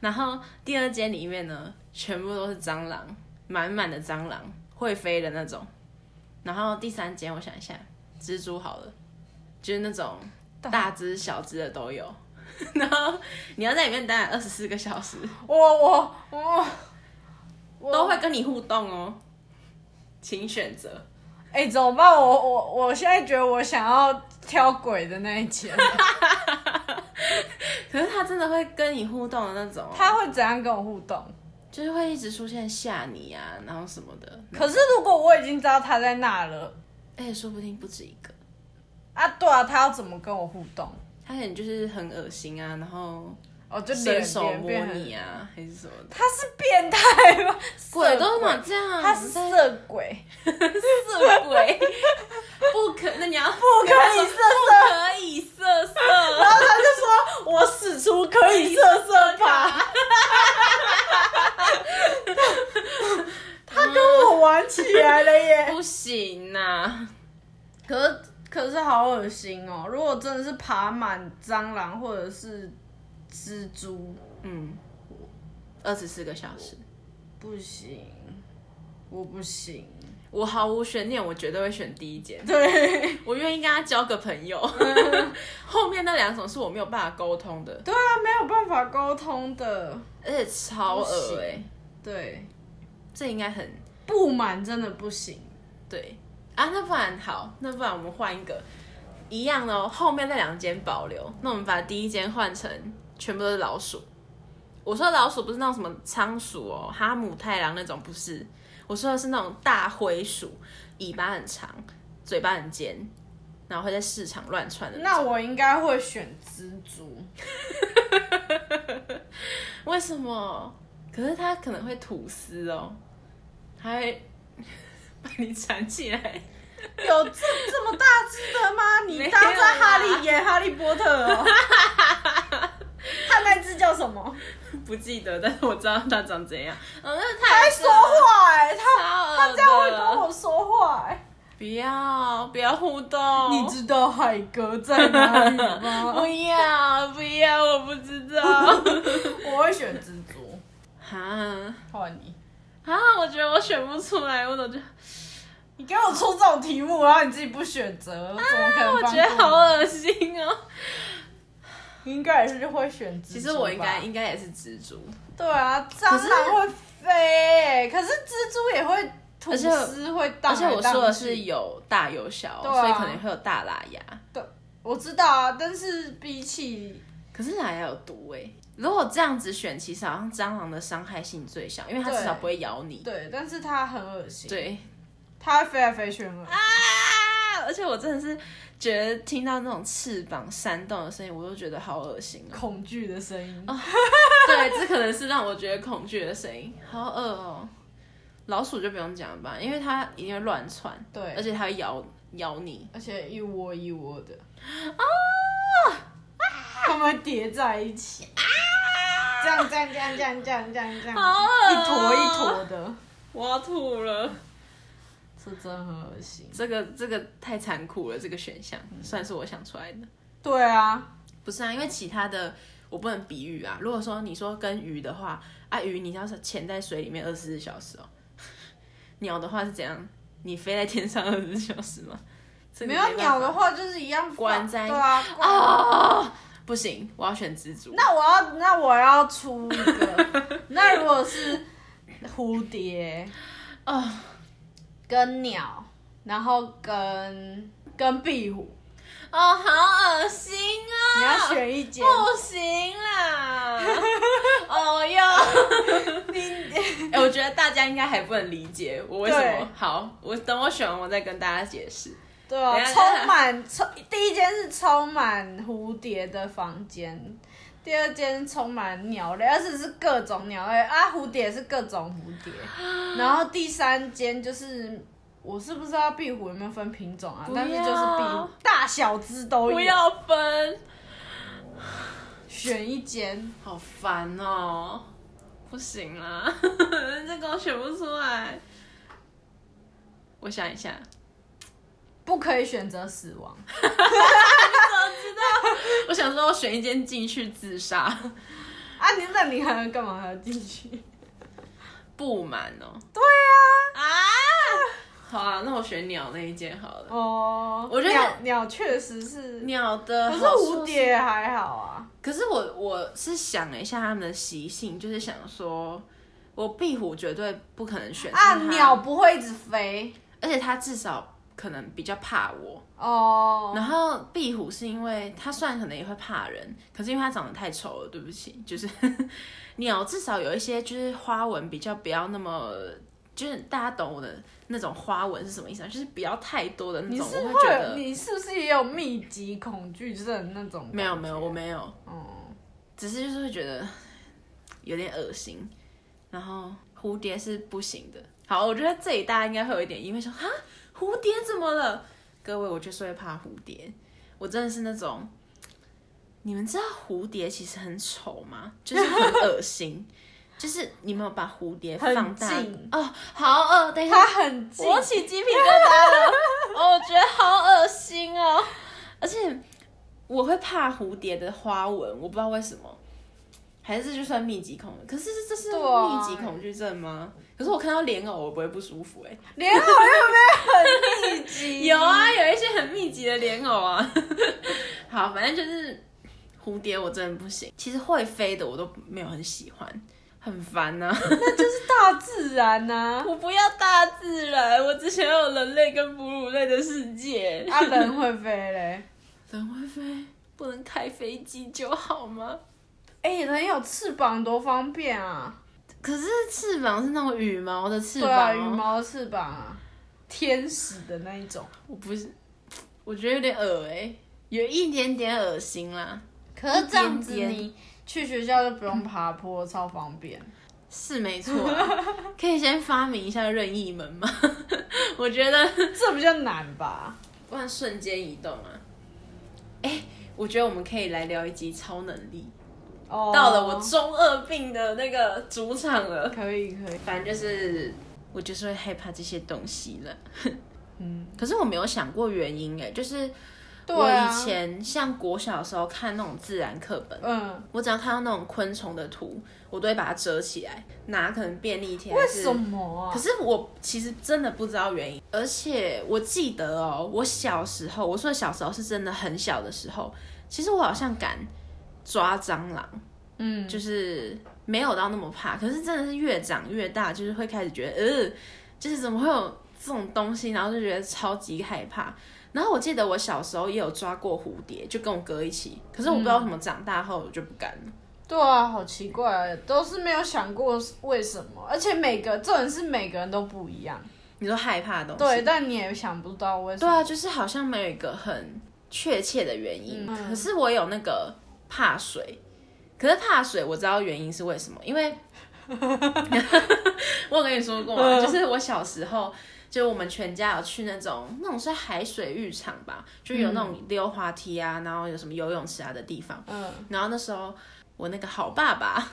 [SPEAKER 2] 然后第二间里面呢，全部都是蟑螂，满满的蟑螂，会飞的那种。然后第三间，我想一下，蜘蛛好了，就是那种大只小只的都有。 然后你要在里面待二十四个小时，
[SPEAKER 1] 我我我我
[SPEAKER 2] 都会跟你互动哦，请选择。
[SPEAKER 1] 哎、怎么办？我我我现在觉得我想要挑鬼的那一间，
[SPEAKER 2] 可是它真的会跟你互动的那种哦、
[SPEAKER 1] 他会怎样跟我互动？
[SPEAKER 2] 就是会一直出现吓你啊，然后什么的。
[SPEAKER 1] 可是如果我已经知道他在那了，
[SPEAKER 2] 而且说不定不止一个，
[SPEAKER 1] 啊，对啊，他要怎么跟我互动？
[SPEAKER 2] 它可能就是很恶心啊，然后
[SPEAKER 1] 哦，就
[SPEAKER 2] 伸
[SPEAKER 1] 脸
[SPEAKER 2] 手
[SPEAKER 1] 脸
[SPEAKER 2] 摸
[SPEAKER 1] 变很
[SPEAKER 2] 你啊，还是什么的。
[SPEAKER 1] 他是变态吗？
[SPEAKER 2] 鬼
[SPEAKER 1] 色
[SPEAKER 2] 都嘛这样，
[SPEAKER 1] 他是
[SPEAKER 2] 在
[SPEAKER 1] 色鬼，
[SPEAKER 2] 色鬼，不可，那你要不
[SPEAKER 1] 不可以色色。
[SPEAKER 2] 可以色色，
[SPEAKER 1] 然后他就说：“我使出可以 色色 法。”他跟我玩起来了耶！
[SPEAKER 2] 不行啊呐、
[SPEAKER 1] 可是可是好恶心哦！如果真的是爬满蟑螂或者是蜘蛛，
[SPEAKER 2] 嗯，二十四个小时，
[SPEAKER 1] 不行，我不行。
[SPEAKER 2] 我毫无悬念，我绝对会选第一间。
[SPEAKER 1] 对
[SPEAKER 2] 我愿意跟他交个朋友。 后面那两种是我没有办法沟通的，
[SPEAKER 1] 嗯对啊，没有办法沟通的。
[SPEAKER 2] 而且超
[SPEAKER 1] 不
[SPEAKER 2] 恶
[SPEAKER 1] 行
[SPEAKER 2] 哎、欸。
[SPEAKER 1] 对，
[SPEAKER 2] 这应该很
[SPEAKER 1] 不满真的不行。
[SPEAKER 2] 对啊。那不然好，那不然我们换一个一样的哦，后面那两间保留，那我们把第一间换成全部都是老鼠。我说的老鼠不是那种什么仓鼠哦、哈姆太郎那种，不是。我说的是那种大灰鼠，尾巴很长，嘴巴很尖，然后会在市场乱窜的。
[SPEAKER 1] 那我应该会选蜘蛛，
[SPEAKER 2] 为什么？可是它可能会吐丝哦，它会 把你缠起来。
[SPEAKER 1] 有这这么大只的 吗？你
[SPEAKER 2] 没有
[SPEAKER 1] 当在哈
[SPEAKER 2] 啦
[SPEAKER 1] 利演哈利波特哦？他那只叫什么？
[SPEAKER 2] 不记得，但是我知道它长怎样。嗯，那
[SPEAKER 1] 他
[SPEAKER 2] 太
[SPEAKER 1] 还说话哎、他
[SPEAKER 2] 超恶
[SPEAKER 1] 他这样会跟
[SPEAKER 2] 的
[SPEAKER 1] 我说话哎、
[SPEAKER 2] 不要不要互动。
[SPEAKER 1] 你知道海格在哪里
[SPEAKER 2] 不
[SPEAKER 1] 吗？
[SPEAKER 2] 要不要，我不知道。
[SPEAKER 1] 我会选蜘蛛，
[SPEAKER 2] 哈
[SPEAKER 1] 换你。
[SPEAKER 2] 啊！我觉得我选不出来，我总觉得
[SPEAKER 1] 你给我出这种题目，然后你自己不选择，我怎么可能、
[SPEAKER 2] 啊我觉得好，恶心哦。
[SPEAKER 1] 你应该也是会选蜘蛛吧。
[SPEAKER 2] 其实我应该应该也是蜘蛛，
[SPEAKER 1] 对啊，蟑
[SPEAKER 2] 是
[SPEAKER 1] 螂会飞、欸，可是蜘蛛也会吐
[SPEAKER 2] 而且
[SPEAKER 1] 丝，会荡。
[SPEAKER 2] 而且我说的是，有大有小，
[SPEAKER 1] 对啊
[SPEAKER 2] 所以可能会有大拉牙。
[SPEAKER 1] 我知道啊，但是比起
[SPEAKER 2] 可是拉牙有毒哎、如果这样子选，其实好像蟑螂的伤害性最小，因为它
[SPEAKER 1] 对
[SPEAKER 2] 至少不会咬你。
[SPEAKER 1] 对，但是它很恶心，，
[SPEAKER 2] 对
[SPEAKER 1] 它会飞来飞去很恶心。
[SPEAKER 2] 啊！ 而且我真的是觉得听到那种翅膀扇动的声音，我都觉得好恶心哦。
[SPEAKER 1] 恐惧的声音，
[SPEAKER 2] 啊对，这可能是让我觉得恐惧的声音，好恶哦。老鼠就不用讲了吧，因为它一定会乱窜，
[SPEAKER 1] 对
[SPEAKER 2] 而且它会咬咬你。
[SPEAKER 1] 而且一窝一窝的啊，它们会叠在一起啊，这样这样这样这样这样这样这样，
[SPEAKER 2] 恶哦啊
[SPEAKER 1] 一坨一，坨的，
[SPEAKER 2] 我要吐了。
[SPEAKER 1] 是真的很恶心。
[SPEAKER 2] 这个这个太残酷了，这个选项算是我想出来的。
[SPEAKER 1] 对啊，
[SPEAKER 2] 不是啊，因为其他的我不能比喻啊。如果说你说跟鱼的话，啊鱼你要是潜在水里面二十四小时哦， 鸟的话是怎样？你飞在天上二十四小时吗？这个
[SPEAKER 1] 没
[SPEAKER 2] 办法
[SPEAKER 1] 有啊鸟的话就是一样放
[SPEAKER 2] 关在
[SPEAKER 1] 对啊，关
[SPEAKER 2] 哦，不行，我要选蜘蛛。
[SPEAKER 1] 那我要，那我要出一个。那如果是蝴蝶，
[SPEAKER 2] 哦，
[SPEAKER 1] 跟鸟，然后跟跟壁虎，
[SPEAKER 2] 哦，好恶心啊！
[SPEAKER 1] 你要选一间。
[SPEAKER 2] 不行啦！ 哦哟，你、哎我觉得大家应该还不能理解我为什
[SPEAKER 1] 对
[SPEAKER 2] 么好。我等我选完，我再跟大家解释。
[SPEAKER 1] 对啊
[SPEAKER 2] 等，一下
[SPEAKER 1] 充满充第一间是充满蝴蝶的房间。第二间充满鸟类，而且是各种鸟类啊，蝴蝶是各种蝴 蝶。然后第三间就是，我是不知道壁虎有没有分品种啊，
[SPEAKER 2] 不要
[SPEAKER 1] 但是就是壁虎大小只都有。
[SPEAKER 2] 不要分，
[SPEAKER 1] 选一间，
[SPEAKER 2] 好烦哦！不行啦， 这个我选不出来。我想一下，
[SPEAKER 1] 不可以选择死亡。
[SPEAKER 2] 我想说，我选一间进去自杀，
[SPEAKER 1] 啊，你那你还能干嘛还要进 去？
[SPEAKER 2] 不满哦。
[SPEAKER 1] 对啊，
[SPEAKER 2] 啊，好啊，那我选鸟那一间好了。
[SPEAKER 1] 哦，
[SPEAKER 2] 我觉得
[SPEAKER 1] 鸟鸟确实是，
[SPEAKER 2] 鸟的
[SPEAKER 1] 可
[SPEAKER 2] 好
[SPEAKER 1] 是
[SPEAKER 2] 处是
[SPEAKER 1] 蝴蝶还好啊。
[SPEAKER 2] 可是我我是想了一下他们的习性，就是想说，我壁虎绝对不可能选
[SPEAKER 1] 啊，
[SPEAKER 2] 是它
[SPEAKER 1] 鸟，不会一直飞
[SPEAKER 2] 而且它至少可能比较怕我。
[SPEAKER 1] 哦。
[SPEAKER 2] 然后壁虎是因为它虽然可能也会怕人，可是因为它长得太丑了，对不起，就是 鸟至少有一些就是花纹比较不要那么。就是大家懂我的那种花纹是什么意思啊？就是不要太多的那
[SPEAKER 1] 你
[SPEAKER 2] 种，
[SPEAKER 1] 是
[SPEAKER 2] 我会
[SPEAKER 1] 会
[SPEAKER 2] 觉
[SPEAKER 1] 有，
[SPEAKER 2] 得
[SPEAKER 1] 你是不是也有密集恐惧症那种？
[SPEAKER 2] 没有没有，我没有，
[SPEAKER 1] 哦，
[SPEAKER 2] 只是就是会觉得有点恶心。然后蝴蝶是不行的。好，我觉得这里大家应该会有一点疑问，说哈，蝴蝶怎么了？各位，我就是会怕蝴蝶，我真的是那种，你们知道蝴蝶其实很丑吗？就是很恶心， 就是你们有把蝴蝶放大
[SPEAKER 1] 很近
[SPEAKER 2] 哦，好恶，等一下
[SPEAKER 1] 它，很近，
[SPEAKER 2] 我起鸡皮疙 瘩了，哦我觉得好恶心哦，而且我会怕蝴蝶的花纹，我不知道为什么，还是这就算密集恐，可是这是
[SPEAKER 1] 对啊
[SPEAKER 2] 密集恐惧症吗？可是我看到莲藕，我不会不舒服哎、
[SPEAKER 1] 莲藕又没有很密集，
[SPEAKER 2] 有啊，有一些很密集的莲藕啊。 好，反正就是蝴蝶，我真的不行。其实会飞的我都没有很喜欢，很烦啊呐、
[SPEAKER 1] 大自然啊呐、
[SPEAKER 2] 我不要大自然，我只想要有人类跟哺乳类的世界。
[SPEAKER 1] 啊，人会飞嘞。
[SPEAKER 2] 人会飞，不能开飞机就好吗？
[SPEAKER 1] 哎、人有翅膀多方便啊！
[SPEAKER 2] 可是翅膀是那种羽毛的翅
[SPEAKER 1] 对
[SPEAKER 2] 膀、哦
[SPEAKER 1] 啊，羽。毛翅膀啊，天使的那一种。
[SPEAKER 2] 我不是，我觉得有点恶哎、有一点点恶心啦。
[SPEAKER 1] 可是这样子，
[SPEAKER 2] 一点点
[SPEAKER 1] 你去学校就不用爬坡，超方便。
[SPEAKER 2] 是没错啊、 可以先发明一下任意门吗？ 我觉得
[SPEAKER 1] 这比较难吧？
[SPEAKER 2] 不然瞬间移动啊。哎、我觉得我们可以来聊一集超能力。
[SPEAKER 1] 哦，
[SPEAKER 2] 到了我中二病的那个主场了，
[SPEAKER 1] 可以可以，
[SPEAKER 2] 反正就是我就是会害怕这些东西了。
[SPEAKER 1] 嗯，
[SPEAKER 2] 可是我没有想过原因哎，就是我
[SPEAKER 1] 对啊，
[SPEAKER 2] 以前像国小的时候看那种自然课本，
[SPEAKER 1] 嗯，
[SPEAKER 2] 我只要看到那种昆虫的图，我都会把它折起来，拿可能便利贴。
[SPEAKER 1] 为什？么啊
[SPEAKER 2] 可？是我其实真的不知道原因，而且我记得哦，我小时候，我说的小时候是真的很小的时候，其实我好像敢抓蟑螂，
[SPEAKER 1] 嗯，
[SPEAKER 2] 就是没有到那么怕，可是真的是越长越大，就是会开始觉得，呃，就是怎么会有这种东西，然后就觉得超级害怕。然后我记得我小时候也有抓过蝴蝶，就跟我哥一起，可是我不
[SPEAKER 1] 嗯
[SPEAKER 2] 知道为什么长大后我就不敢了。
[SPEAKER 1] 对啊，好奇怪啊，都是没有想过为什么，而且每个这人是每个人都不一样，
[SPEAKER 2] 你说害怕的东西，
[SPEAKER 1] 对，但你也想不到为什
[SPEAKER 2] 对
[SPEAKER 1] 么。
[SPEAKER 2] 啊，就是好像没有一个很确切的原因。
[SPEAKER 1] 嗯
[SPEAKER 2] 可是我有那个怕水，可是怕水我知道原因是为什么，因为 我有跟你说过
[SPEAKER 1] 嗯
[SPEAKER 2] 嘛，就是我小时候。就我们全家有去那种那种是海水浴场吧，就有那种溜滑梯啊，然后有什么游泳池啊的地方。
[SPEAKER 1] 嗯，
[SPEAKER 2] 然后那时候我那个好爸 爸，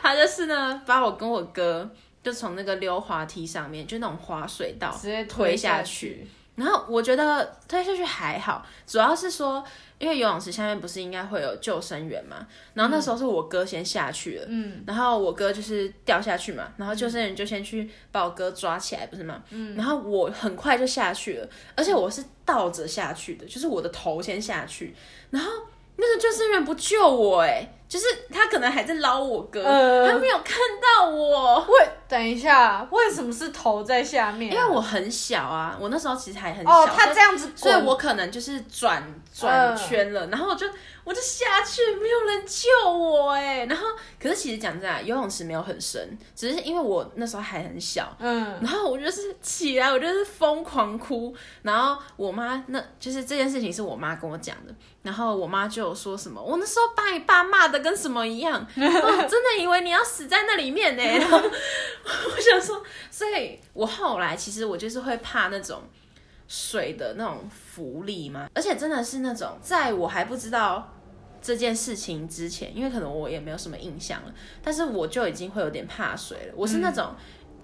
[SPEAKER 2] 他就是呢把我跟我哥就从那个溜滑梯上面，就那种滑水道
[SPEAKER 1] 直接
[SPEAKER 2] 啊推
[SPEAKER 1] 下
[SPEAKER 2] 下去。然后我觉得推下去还好，主要是说，因为游泳池下面不是应该会有救生员嘛，然后那时候是我哥先下去了，嗯，然后我哥就是掉下去嘛，然后救生员就先去把我哥抓起来，不是吗？嗯，然后我很快就下去了，而且我是倒着下去的，就是我的头先下去，然后那个救生员不救我、哎，就是他可能还在捞我哥，
[SPEAKER 1] 嗯
[SPEAKER 2] 他没有看到我，
[SPEAKER 1] 哦为等一下，为什么是头在下面
[SPEAKER 2] 因
[SPEAKER 1] 啊？
[SPEAKER 2] 为我很小啊，我那时候其实还很小，
[SPEAKER 1] 哦，
[SPEAKER 2] 所
[SPEAKER 1] 他
[SPEAKER 2] 以
[SPEAKER 1] 这样子滚，嗯
[SPEAKER 2] 所以我可能就是转转圈了，然后我就我就下去，没有人救我哎、然后可是其实讲真的，游泳池没有很深，只是因为我那时候还很小，
[SPEAKER 1] 嗯
[SPEAKER 2] 然后我就是起来，我就是疯狂哭，然后我妈那就是这件事情是我妈跟我讲的，然后我妈就有说什么，我那时候把你爸骂的跟什么一样， 我真的以为你要死在那里面呢、 然后我想说，所以我后来其实我就是会怕那种水的那种浮力嘛，而且真的是那种在我还不知道。这件事情之前，因为可能我也没有什么印象了，但是我就已经会有点怕水了。我是那种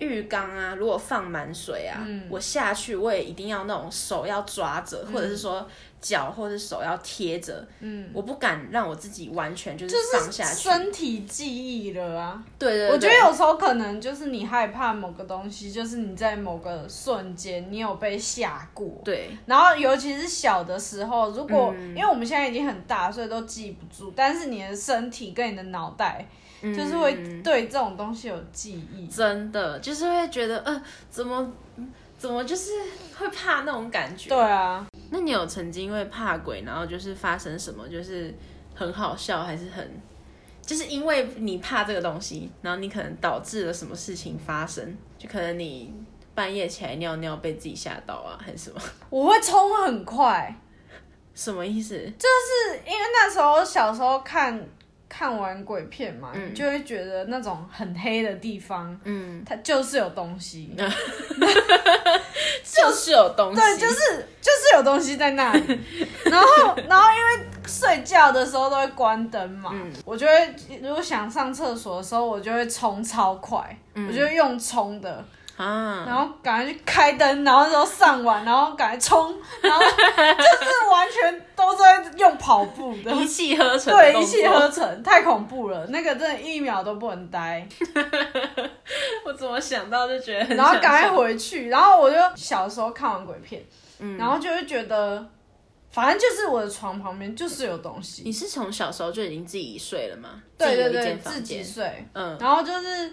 [SPEAKER 2] 浴缸啊，如果放满水啊，我下去我也一定要那种手要抓着，或者是说脚或者是手要贴着，
[SPEAKER 1] 嗯，
[SPEAKER 2] 我不敢让我自己完全就是
[SPEAKER 1] 就是
[SPEAKER 2] 放下去。
[SPEAKER 1] 身体记忆了啊。
[SPEAKER 2] 对对对，
[SPEAKER 1] 我觉得有时候可能就是你害怕某个东西，就是你在某个瞬间你有被吓过。
[SPEAKER 2] 对
[SPEAKER 1] 然后尤其是小的时候，如果、
[SPEAKER 2] 嗯
[SPEAKER 1] 因为我们现在已经很大，所以都记不住，但是你的身体跟你的脑袋就是会
[SPEAKER 2] 嗯
[SPEAKER 1] 对这种东西有记忆。
[SPEAKER 2] 真的就是会觉得，呃，怎么怎么就是会怕那种感觉。
[SPEAKER 1] 对，啊，
[SPEAKER 2] 那你有曾经因为怕鬼，然后就是发生什么，就是很好笑，还是很，就是因为你怕这个东西，然后你可能导致了什么事情发生，就可能你半夜起来尿尿被自己吓到啊，还是什么？
[SPEAKER 1] 我会冲很快，
[SPEAKER 2] 什么意 思？
[SPEAKER 1] 是因为那时候小时候看看完鬼片嘛，你就会觉得那种很黑的地方，
[SPEAKER 2] 嗯，
[SPEAKER 1] 它就是有东西，
[SPEAKER 2] 就是有东西，
[SPEAKER 1] 对，就是就是有东西在那 里。然后，然后因为睡觉的时候都会关灯嘛，
[SPEAKER 2] 嗯
[SPEAKER 1] 我就会如果想上厕所的时候，我就会冲超快，
[SPEAKER 2] 嗯
[SPEAKER 1] 我就会用冲的，
[SPEAKER 2] 啊，
[SPEAKER 1] 然后赶快去开灯，然后之后上完，然后赶快冲，然后就是完全都在用跑步的。
[SPEAKER 2] 一气呵成，
[SPEAKER 1] 对，一气呵。成，太恐怖了，那个真的一秒都不能待。
[SPEAKER 2] 我怎么想到就觉得很
[SPEAKER 1] 然后
[SPEAKER 2] 想
[SPEAKER 1] 赶快
[SPEAKER 2] 笑嗯
[SPEAKER 1] 回去，然后我就小时候看完鬼片，然后就会觉得反正就是我的床旁边就是有东西。
[SPEAKER 2] 你是从小时候就已经自己睡了吗？
[SPEAKER 1] 对
[SPEAKER 2] 自己
[SPEAKER 1] 对
[SPEAKER 2] 有一
[SPEAKER 1] 对，
[SPEAKER 2] 间
[SPEAKER 1] 自
[SPEAKER 2] 房
[SPEAKER 1] 己
[SPEAKER 2] 间。
[SPEAKER 1] 睡，
[SPEAKER 2] 嗯，
[SPEAKER 1] 然后就是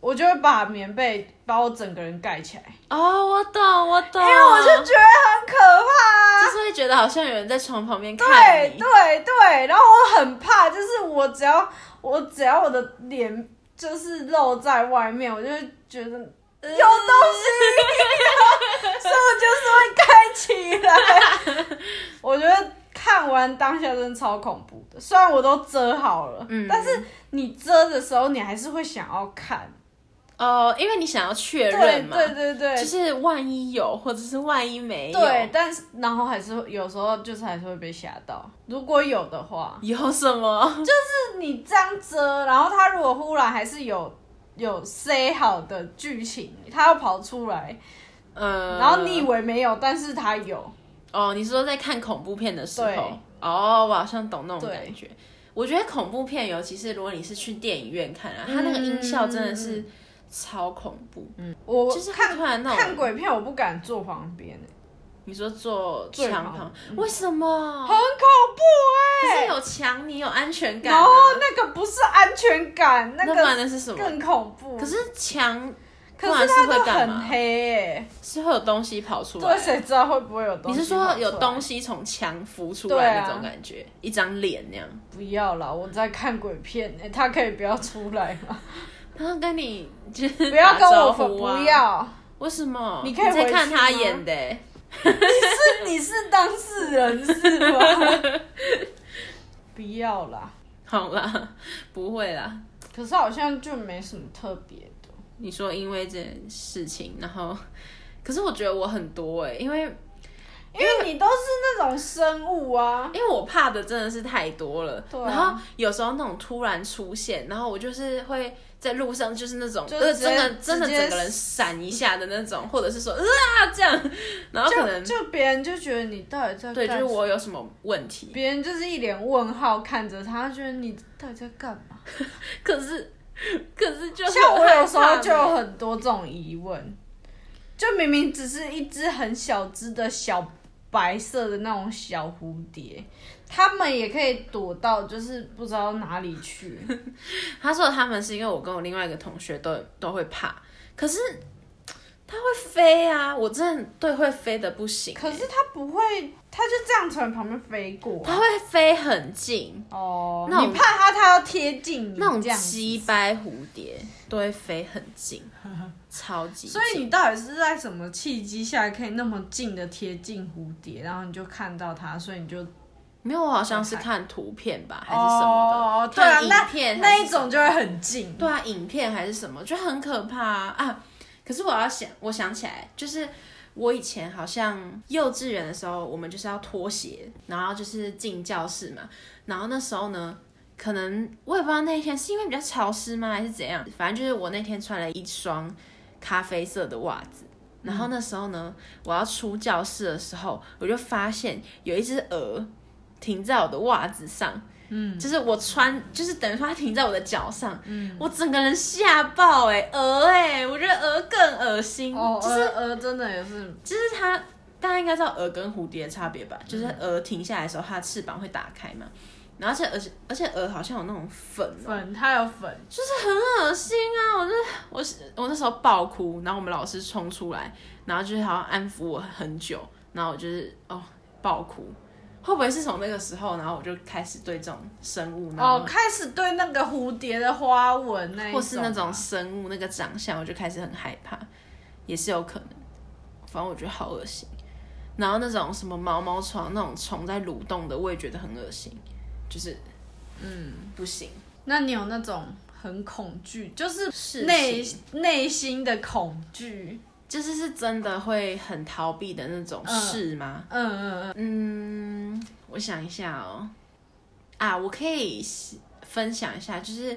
[SPEAKER 1] 我就会把棉被把我整个人盖起来，
[SPEAKER 2] 哦，我懂，我懂。因
[SPEAKER 1] 因为哎我就觉得很可怕、
[SPEAKER 2] 就是会觉得好像有人在床旁边看
[SPEAKER 1] 对
[SPEAKER 2] 你。
[SPEAKER 1] 对对，然后我很怕，就是我只要我只要我的脸就是露在外面，我就会觉得有东西，
[SPEAKER 2] 呃
[SPEAKER 1] 所以我就是会盖起来。我觉得看完当下真的超恐怖的，虽然我都遮好了，
[SPEAKER 2] 嗯
[SPEAKER 1] 但是你遮的时候，你还是会想要看。
[SPEAKER 2] 哦，因为你想要确
[SPEAKER 1] 对
[SPEAKER 2] 认嘛，
[SPEAKER 1] 对对对，
[SPEAKER 2] 就是万一有，或者是万一没有。
[SPEAKER 1] 对，但是然后还是会有时候就是还是会被吓到，如果有的话。
[SPEAKER 2] 有什么？
[SPEAKER 1] 你这样遮，然后他如果忽然还是有有塞好的剧情，他要跑出来，
[SPEAKER 2] 嗯，
[SPEAKER 1] 然后你以为没有，但是他有，
[SPEAKER 2] 哦，你是说在看恐怖片的时候
[SPEAKER 1] 对？
[SPEAKER 2] 哦，我好像懂那种
[SPEAKER 1] 对
[SPEAKER 2] 感觉。我觉得恐怖片，尤其是如果你是去电影院看啊，它那个音效真的是超恐怖，
[SPEAKER 1] 嗯我
[SPEAKER 2] 就是会
[SPEAKER 1] 看
[SPEAKER 2] 突然那种
[SPEAKER 1] 看鬼片，我不敢坐旁边、欸
[SPEAKER 2] 你说坐
[SPEAKER 1] 最嗯
[SPEAKER 2] 墙
[SPEAKER 1] 好
[SPEAKER 2] 旁，为什么？
[SPEAKER 1] 很恐
[SPEAKER 2] 可
[SPEAKER 1] 怖哎、
[SPEAKER 2] 是有墙，你有安全感、
[SPEAKER 1] 然
[SPEAKER 2] 啊
[SPEAKER 1] 后。那个不是安全感，那
[SPEAKER 2] 那不然
[SPEAKER 1] 个
[SPEAKER 2] 那是什么？
[SPEAKER 1] 更恐怖。
[SPEAKER 2] 可是墙，不
[SPEAKER 1] 可是
[SPEAKER 2] 然是
[SPEAKER 1] 它
[SPEAKER 2] 会
[SPEAKER 1] 就
[SPEAKER 2] 干
[SPEAKER 1] 很
[SPEAKER 2] 嘛？
[SPEAKER 1] 黑哎、
[SPEAKER 2] 是会有东西跑出
[SPEAKER 1] 对，
[SPEAKER 2] 来。
[SPEAKER 1] 谁知道会不会有东
[SPEAKER 2] 你
[SPEAKER 1] 西？
[SPEAKER 2] 是说有东
[SPEAKER 1] 西？
[SPEAKER 2] 西从墙浮出
[SPEAKER 1] 对
[SPEAKER 2] 来
[SPEAKER 1] 啊
[SPEAKER 2] 那种感觉，一张脸那样？
[SPEAKER 1] 不要啦，我在看鬼片哎、他可以不要出来吗？
[SPEAKER 2] 然后啊跟你就是
[SPEAKER 1] 不要跟我
[SPEAKER 2] 打招呼啊
[SPEAKER 1] 不要。
[SPEAKER 2] 为什么？
[SPEAKER 1] 你可以回去吗
[SPEAKER 2] 在看他演的欸、
[SPEAKER 1] 是你是当事人是吗？ 不要啦，
[SPEAKER 2] 好啦，不会啦。
[SPEAKER 1] 可是好像就没什么特别的。
[SPEAKER 2] 你说因为这件事情，然后，可是我觉得我很多哎、因为
[SPEAKER 1] 因为你都是那种生物啊，
[SPEAKER 2] 因为我怕的真的是太多了。
[SPEAKER 1] 对啊
[SPEAKER 2] 然后有时候那种突然出现，然后我就是会在路上就是那种，
[SPEAKER 1] 就是
[SPEAKER 2] 呃，
[SPEAKER 1] 直
[SPEAKER 2] 真
[SPEAKER 1] 接
[SPEAKER 2] 的真的
[SPEAKER 1] 直接
[SPEAKER 2] 整个人闪一下的那种，或者是说啊这样，然后可
[SPEAKER 1] 就
[SPEAKER 2] 能
[SPEAKER 1] 就别人就觉得你到底在
[SPEAKER 2] 对，就
[SPEAKER 1] 干
[SPEAKER 2] 是
[SPEAKER 1] 什么
[SPEAKER 2] 我有什么问题。
[SPEAKER 1] 别人就是一脸问号看着他，觉得你到底在干嘛？
[SPEAKER 2] 可是可是就
[SPEAKER 1] 像我有时
[SPEAKER 2] 很
[SPEAKER 1] 候
[SPEAKER 2] 害怕
[SPEAKER 1] 就有很多这种疑问，就明明只是一只很小只的小白色的那种小蝴蝶，它们也可以躲到就是不知道哪里去。
[SPEAKER 2] 他说他们是因为我跟我另外一个同学都都会怕，可是它会飞啊，我真的对会飞的不行、
[SPEAKER 1] 可是它不会，它就这样从你旁边飞过
[SPEAKER 2] 它会飞很近，
[SPEAKER 1] 哦。
[SPEAKER 2] 那种
[SPEAKER 1] 你怕它，它要贴近你
[SPEAKER 2] 那种
[SPEAKER 1] 这样子，
[SPEAKER 2] 鸡掰蝴蝶都会飞很 近，超级近。
[SPEAKER 1] 所以你到底是在什么契机下可以那么近的贴近蝴蝶，然后你就看到它，所以你就
[SPEAKER 2] 没有，我好像是看图片吧，还是什么的，
[SPEAKER 1] 哦、对啊，
[SPEAKER 2] 看影
[SPEAKER 1] 那
[SPEAKER 2] 片
[SPEAKER 1] 那
[SPEAKER 2] 还是
[SPEAKER 1] 一种就会很近。
[SPEAKER 2] 对啊，影片还是什么，就很可怕啊。啊可是我要想，我想起来，就是我以前好像幼稚园的时候，我们就是要脱鞋，然后就是进教室嘛。然后那时候呢，可能我也不知道那一天是因为比较潮湿吗，还是怎样，反正就是我那天穿了一双咖啡色的袜子。然后那时候呢，我要出教室的时候，我就发现有一只鹅停在我的袜子上，嗯，就是我穿，就是等于说它停在我的脚上，嗯，我整个人吓爆哎、鹅哎、我觉得鹅更恶心，
[SPEAKER 1] 哦，
[SPEAKER 2] 就是
[SPEAKER 1] 鹅鹅真的也是，
[SPEAKER 2] 就是它，大家应该知道鹅跟蝴蝶的差别吧？就是鹅停下来的时候，它的翅膀会打开嘛。然后而且而且而且鹅好像有那种粉哦、
[SPEAKER 1] 粉，它有粉，
[SPEAKER 2] 就是很恶心啊！我就是我是我那时候爆哭，然后我们老师冲出来，然后就是好像安抚我很久，然后我就是哦爆哭。会不会是从那个时候，然后我就开始对这种生物，然
[SPEAKER 1] 哦
[SPEAKER 2] 后，
[SPEAKER 1] 开始对那个蝴蝶的花纹那一
[SPEAKER 2] 或是那种
[SPEAKER 1] 啊
[SPEAKER 2] 生物那个长相，我就开始很害怕，也是有可能。反正我觉得好恶心。然后那种什么毛毛虫那种虫在蠕动的，我也觉得很恶心，就是嗯不行。
[SPEAKER 1] 那你有那种很恐惧，就是
[SPEAKER 2] 是
[SPEAKER 1] 内内心的恐惧，
[SPEAKER 2] 就是是真的会很逃避的那种
[SPEAKER 1] 嗯
[SPEAKER 2] 事吗？
[SPEAKER 1] 嗯嗯嗯，
[SPEAKER 2] 嗯我想一下哦，啊，我可以分享一下，就是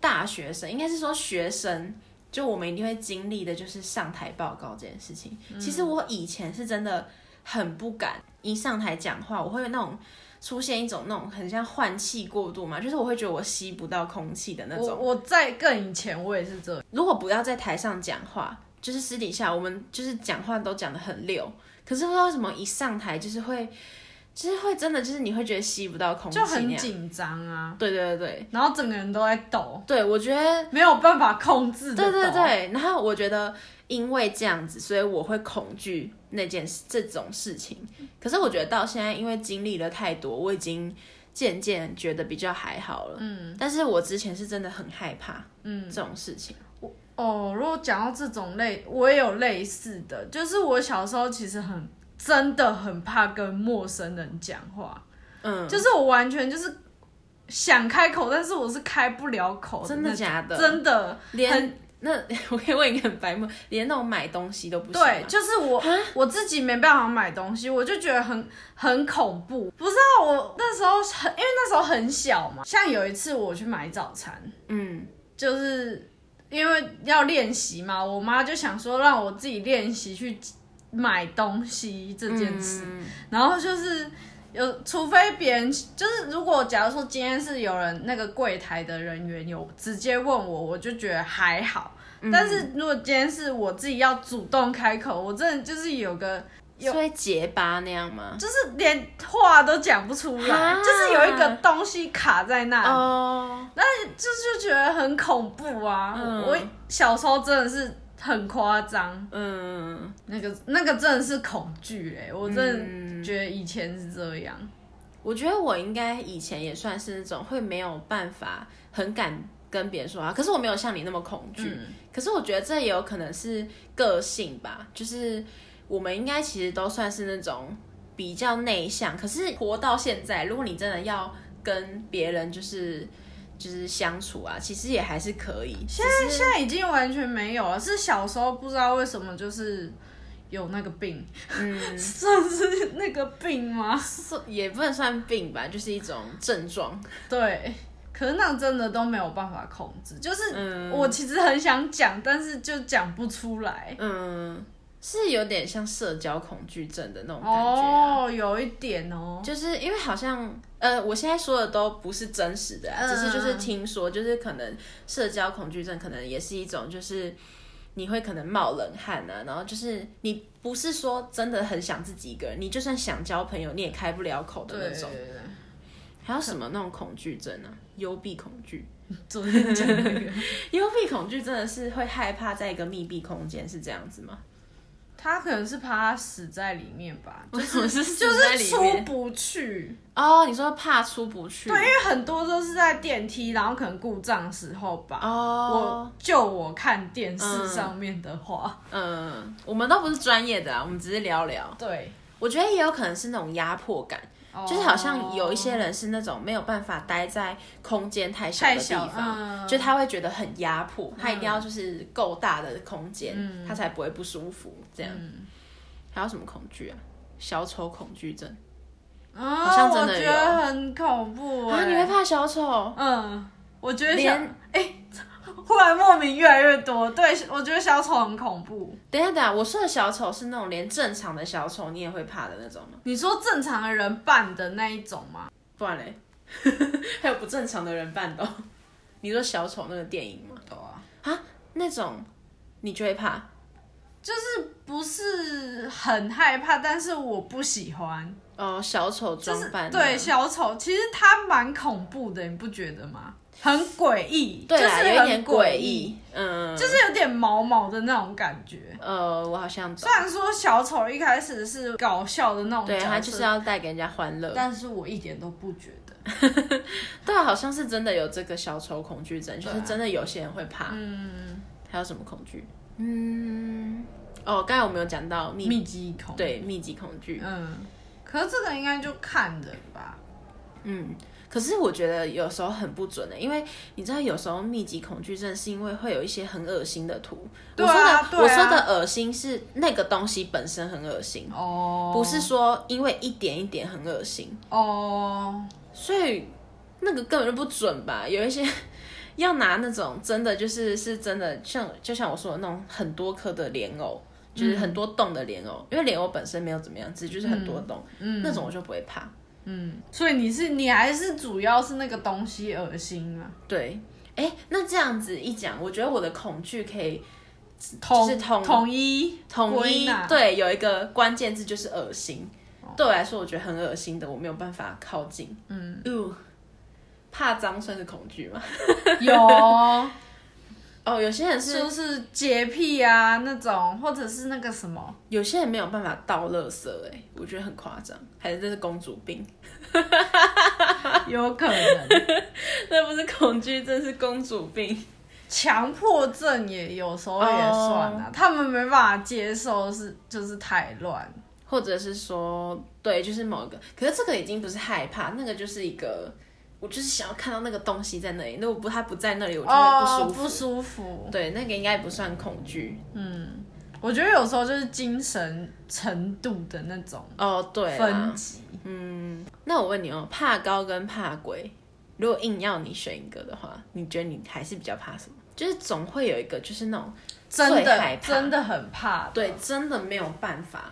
[SPEAKER 2] 大学生，应该是说学生，就我们一定会经历的，就是上台报告这件事情。
[SPEAKER 1] 嗯
[SPEAKER 2] 其实我以前是真的很不敢一上台讲话，我会有那种出现一种那种很像换气过度嘛，就是我会觉得我吸不到空气的那种
[SPEAKER 1] 我。我在更以前我也是这样，
[SPEAKER 2] 如果不要在台上讲话，就是私底下我们就是讲话都讲得很溜，可是不知道为什么一上台就是会就是会真的就是你会觉得吸不到空气
[SPEAKER 1] 就
[SPEAKER 2] 那
[SPEAKER 1] 很
[SPEAKER 2] 样。
[SPEAKER 1] 紧张啊，
[SPEAKER 2] 对对对对
[SPEAKER 1] 然后整个人都在抖，
[SPEAKER 2] 对，我觉得
[SPEAKER 1] 没有办法控制的
[SPEAKER 2] 对
[SPEAKER 1] 抖。
[SPEAKER 2] 对对，然后我觉得因为这样子，所以我会恐惧那件事这种事情。可是我觉得到现在，因为经历了太多，我已经渐渐觉得比较还好了。嗯，但是我之前是真的很害怕，嗯，这种事情。
[SPEAKER 1] 哦，如果讲到这种类，我也有类似的，就是我小时候其实很真的很怕跟陌生人讲话，
[SPEAKER 2] 嗯，
[SPEAKER 1] 就是我完全就是想开口，但是我是开不了口
[SPEAKER 2] 真
[SPEAKER 1] 的
[SPEAKER 2] 的
[SPEAKER 1] 那种，
[SPEAKER 2] 假的？
[SPEAKER 1] 真的
[SPEAKER 2] 连那 我可以问一个很白目，连那种买东西都不行吗。啊
[SPEAKER 1] 对，就是我我自己没办法买东西，我就觉得很很恐怖。不知道我那时候很，因为那时候很小嘛，像有一次我去买早餐，
[SPEAKER 2] 嗯，
[SPEAKER 1] 就是因为要练习嘛，我妈就想说让我自己练习去买东西这件
[SPEAKER 2] 嗯
[SPEAKER 1] 事，然后就是。有，除非别人就是，如果假如说今天是有人那个柜台的人员有直接问我，我就觉得还好。
[SPEAKER 2] 嗯
[SPEAKER 1] 但是如果今天是我自己要主动开口，我真的就是有个
[SPEAKER 2] 是会结巴那样吗？
[SPEAKER 1] 就是连话都讲不出来，
[SPEAKER 2] 啊
[SPEAKER 1] 就是有一个东西卡在那里。
[SPEAKER 2] 哦，
[SPEAKER 1] 就是觉得很恐怖啊！
[SPEAKER 2] 嗯
[SPEAKER 1] 我小时候真的是很夸张，
[SPEAKER 2] 嗯，
[SPEAKER 1] 那个那个真的是恐惧哎、我真的
[SPEAKER 2] 嗯
[SPEAKER 1] 觉得以前是这样，
[SPEAKER 2] 我觉得我应该以前也算是那种会没有办法很敢跟别人说话，可是我没有像你那么恐惧。
[SPEAKER 1] 嗯
[SPEAKER 2] 可是我觉得这也有可能是个性吧，就是我们应该其实都算是那种比较内向，可是活到现在，如果你真的要跟别人就是就是相处啊，其实也还是可以。
[SPEAKER 1] 现在现在已经完全没有了，是小时候不知道为什么就是有那个病，
[SPEAKER 2] 嗯，
[SPEAKER 1] 算是那个病吗？
[SPEAKER 2] 是也不能算病吧，就是一种症状。
[SPEAKER 1] 对。可是那真的都没有办法控制，就是
[SPEAKER 2] 嗯
[SPEAKER 1] 我其实很想讲，但是就讲不出来。
[SPEAKER 2] 嗯，是有点像社交恐惧症的那种感觉、啊。
[SPEAKER 1] 哦，有一点哦，
[SPEAKER 2] 就是因为好像呃，我现在说的都不是真实的、啊，
[SPEAKER 1] 嗯
[SPEAKER 2] 只是就是听说，就是可能社交恐惧症可能也是一种，就是你会可能冒冷汗啊，然后就是你不是说真的很想自己一个人，你就算想交朋友，你也开不了口的
[SPEAKER 1] 对
[SPEAKER 2] 那种。还有什么那种恐惧症啊？幽闭恐惧，
[SPEAKER 1] 昨天讲那个，
[SPEAKER 2] 幽闭恐惧真的是会害怕在一个密闭空间，是这样子吗？
[SPEAKER 1] 他可能是怕他死在里面吧，就
[SPEAKER 2] 为什么是
[SPEAKER 1] 就
[SPEAKER 2] 死在
[SPEAKER 1] 是
[SPEAKER 2] 里
[SPEAKER 1] 出
[SPEAKER 2] 面？
[SPEAKER 1] 不去，
[SPEAKER 2] 哦，你说怕出不去？对
[SPEAKER 1] 因为很多都是在电梯，然后可能故障的时候吧。
[SPEAKER 2] 哦，
[SPEAKER 1] 我就我看电视上面的话，
[SPEAKER 2] 嗯，我们都不是专业的啊，我们只是聊聊。
[SPEAKER 1] 对，
[SPEAKER 2] 我觉得也有可能是那种压迫感，就是好像
[SPEAKER 1] 哦
[SPEAKER 2] 有一些人是那种没有办法待在空间太小的嗯
[SPEAKER 1] 太
[SPEAKER 2] 地
[SPEAKER 1] 小，
[SPEAKER 2] 方，
[SPEAKER 1] 嗯，
[SPEAKER 2] 就他会觉得很压迫，他一定要就是够大的空间，他才不会不舒服。这样，还有什么恐惧啊？小丑恐惧症
[SPEAKER 1] 啊
[SPEAKER 2] 好像真的
[SPEAKER 1] 我
[SPEAKER 2] 有
[SPEAKER 1] 觉得很恐怖
[SPEAKER 2] 啊，你
[SPEAKER 1] 欸
[SPEAKER 2] 会怕小丑？
[SPEAKER 1] 嗯，我觉得小哎
[SPEAKER 2] 连
[SPEAKER 1] 忽然莫名越来越多，对我觉得小丑很恐怖。
[SPEAKER 2] 等一下等一下，我说的小丑是那种连正常的小丑你也会怕的那种吗？
[SPEAKER 1] 你说正常的人扮的那一种吗？
[SPEAKER 2] 不然嘞， 还有不正常的人扮的哦。你说小丑那个电影吗？
[SPEAKER 1] 对啊，
[SPEAKER 2] 那种你就会怕
[SPEAKER 1] 就是不是很害怕，但是我不喜欢。
[SPEAKER 2] 哦，小丑
[SPEAKER 1] 就
[SPEAKER 2] 装
[SPEAKER 1] 是
[SPEAKER 2] 扮的
[SPEAKER 1] 对小丑，其实他蛮恐怖的，你不觉得吗？很诡异，
[SPEAKER 2] 对
[SPEAKER 1] 就
[SPEAKER 2] 啦，
[SPEAKER 1] 是
[SPEAKER 2] 有一
[SPEAKER 1] 很
[SPEAKER 2] 点诡，异，嗯，
[SPEAKER 1] 就是有点毛毛的那种感觉。
[SPEAKER 2] 呃，我好像懂
[SPEAKER 1] 虽，然说小丑一开始是搞笑的那种角
[SPEAKER 2] 对
[SPEAKER 1] 色，
[SPEAKER 2] 他就是要带给人家欢乐，
[SPEAKER 1] 但是我一点都不觉得。
[SPEAKER 2] 对啊，好像是真的有这个小丑恐惧症，就
[SPEAKER 1] 对
[SPEAKER 2] 是
[SPEAKER 1] 啊
[SPEAKER 2] 真的有些人会怕，
[SPEAKER 1] 嗯，
[SPEAKER 2] 还有什么恐惧？嗯，哦，刚才我们有讲到密
[SPEAKER 1] 密集恐，，
[SPEAKER 2] 对密集恐惧，
[SPEAKER 1] 嗯，可是这个应该就看人吧。
[SPEAKER 2] 嗯，可是我觉得有时候很不准的、欸因为你知道，有时候密集恐惧症是因为会有一些很恶心的图。
[SPEAKER 1] 对啊
[SPEAKER 2] 我说的我
[SPEAKER 1] 对啊
[SPEAKER 2] 说的恶心是那个东西本身很恶心，
[SPEAKER 1] 哦，
[SPEAKER 2] 不是说因为一点一点很恶心，
[SPEAKER 1] 哦，
[SPEAKER 2] 所以那个根本就不准吧？有一些要拿那种真的就是是真的像就像我说的那种很多颗的莲藕。
[SPEAKER 1] 嗯
[SPEAKER 2] 就是很多洞的莲藕，因为莲藕本身没有怎么样，只是就是很多洞，
[SPEAKER 1] 嗯
[SPEAKER 2] 那种我就不会怕。
[SPEAKER 1] 嗯，所以你是你还是主要是那个东西恶心啊，
[SPEAKER 2] 对，哎，那这样子一讲，我觉得我的恐惧可以
[SPEAKER 1] 统
[SPEAKER 2] 就是统
[SPEAKER 1] 统一
[SPEAKER 2] 统
[SPEAKER 1] 归
[SPEAKER 2] 一
[SPEAKER 1] 纳哦
[SPEAKER 2] 对有一个关键字就是恶心，对我来说，我觉得很恶心的，我没有办法靠近。嗯，呃怕脏算是恐惧吗？
[SPEAKER 1] 有，
[SPEAKER 2] 哦，有些人是，
[SPEAKER 1] 就是洁癖啊那种，或者是那个什 么，
[SPEAKER 2] 有些人没有办法倒垃圾、哎，我觉得很夸张，还是这是公主病，
[SPEAKER 1] 有可能
[SPEAKER 2] 那不是恐惧，真是公主病。
[SPEAKER 1] 强迫症也有时候也算
[SPEAKER 2] 哦
[SPEAKER 1] 啊他们没办法接受是就是太乱，
[SPEAKER 2] 或者是说，对，就是某一个，可是这个已经不是害怕，那个就是一个，我就是想要看到那个东西在那里，如果不它不在那里，我就会不舒服。
[SPEAKER 1] 哦不舒服。
[SPEAKER 2] 对，那个应该不算恐惧。
[SPEAKER 1] 我觉得有时候就是精神程度的那种
[SPEAKER 2] 哦，对
[SPEAKER 1] 分
[SPEAKER 2] 啦，
[SPEAKER 1] 级，
[SPEAKER 2] 那我问你哦，怕高跟怕鬼，如果硬要你选一个的话，你觉得你还是比较怕什么？就是总会有一个，就是那种
[SPEAKER 1] 真
[SPEAKER 2] 最害
[SPEAKER 1] 的
[SPEAKER 2] 怕
[SPEAKER 1] 真的很怕。
[SPEAKER 2] 对，真的没有办法，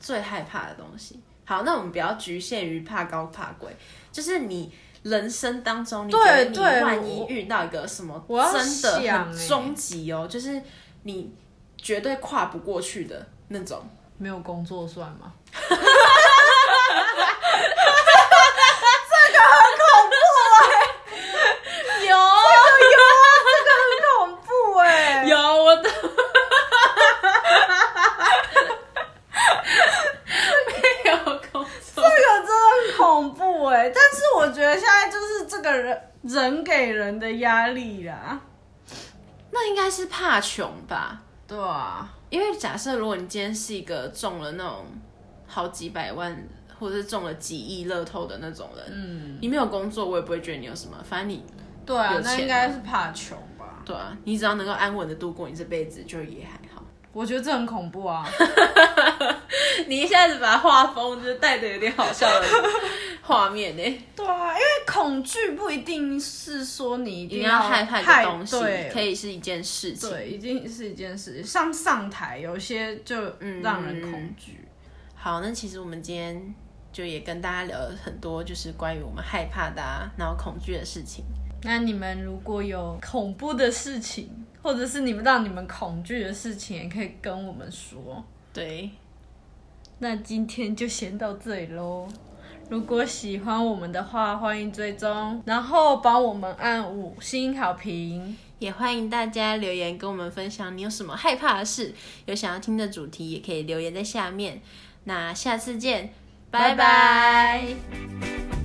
[SPEAKER 2] 最害怕的东西。好，那我们不要局限于怕高怕鬼，就是你人生当中，你觉得
[SPEAKER 1] 对
[SPEAKER 2] 你
[SPEAKER 1] 对
[SPEAKER 2] 万一
[SPEAKER 1] 我
[SPEAKER 2] 遇到一个什么
[SPEAKER 1] 我要
[SPEAKER 2] 真的
[SPEAKER 1] 想
[SPEAKER 2] 很
[SPEAKER 1] 欸
[SPEAKER 2] 终极哦，就是你绝对跨不过去的那种。
[SPEAKER 1] 没有工作算吗？ 啊恐
[SPEAKER 2] 有
[SPEAKER 1] 怖哎、
[SPEAKER 2] 有，我的没有工
[SPEAKER 1] 这个
[SPEAKER 2] 作。
[SPEAKER 1] 真的很恐怖哎、但是我觉得现在就是这个人人给人的压力啦。
[SPEAKER 2] 那应该是怕穷吧？
[SPEAKER 1] 对啊，
[SPEAKER 2] 因为假设如果你今天是一个中了那种好几百万，或者是中了几亿乐透的那种人，嗯，你没有工作，我也不会觉得你有什么。反正你
[SPEAKER 1] 对啊
[SPEAKER 2] 有，钱啊
[SPEAKER 1] 那应该是怕穷吧？
[SPEAKER 2] 对啊，你只要能够安稳的度过你这辈子，就也还好。
[SPEAKER 1] 我觉得这很恐怖啊。
[SPEAKER 2] 你一下子把画风就是带的有点好笑的画面欸呢、
[SPEAKER 1] 对啊，因为恐惧不一定是说你一
[SPEAKER 2] 一
[SPEAKER 1] 定
[SPEAKER 2] 定要害怕一个东西，
[SPEAKER 1] 对
[SPEAKER 2] 可以是一件事情。
[SPEAKER 1] 对，一定是一件事。上上台有些就让人恐惧。
[SPEAKER 2] 好，那其实我们今天就也跟大家聊了很多，就是关于我们害怕的、啊，然后恐惧的事情。
[SPEAKER 1] 那你们如果有恐怖的事情，或者是你们让你们恐惧的事情，也可以跟我们说。
[SPEAKER 2] 对，
[SPEAKER 1] 那今天就先到这里喽。如果喜欢我们的话，欢迎追踪，然后帮我们按五星好评。
[SPEAKER 2] 也欢迎大家留言跟我们分享你有什么害怕的事，有想要听的主题也可以留言在下面。那下次见，拜拜
[SPEAKER 1] 拜拜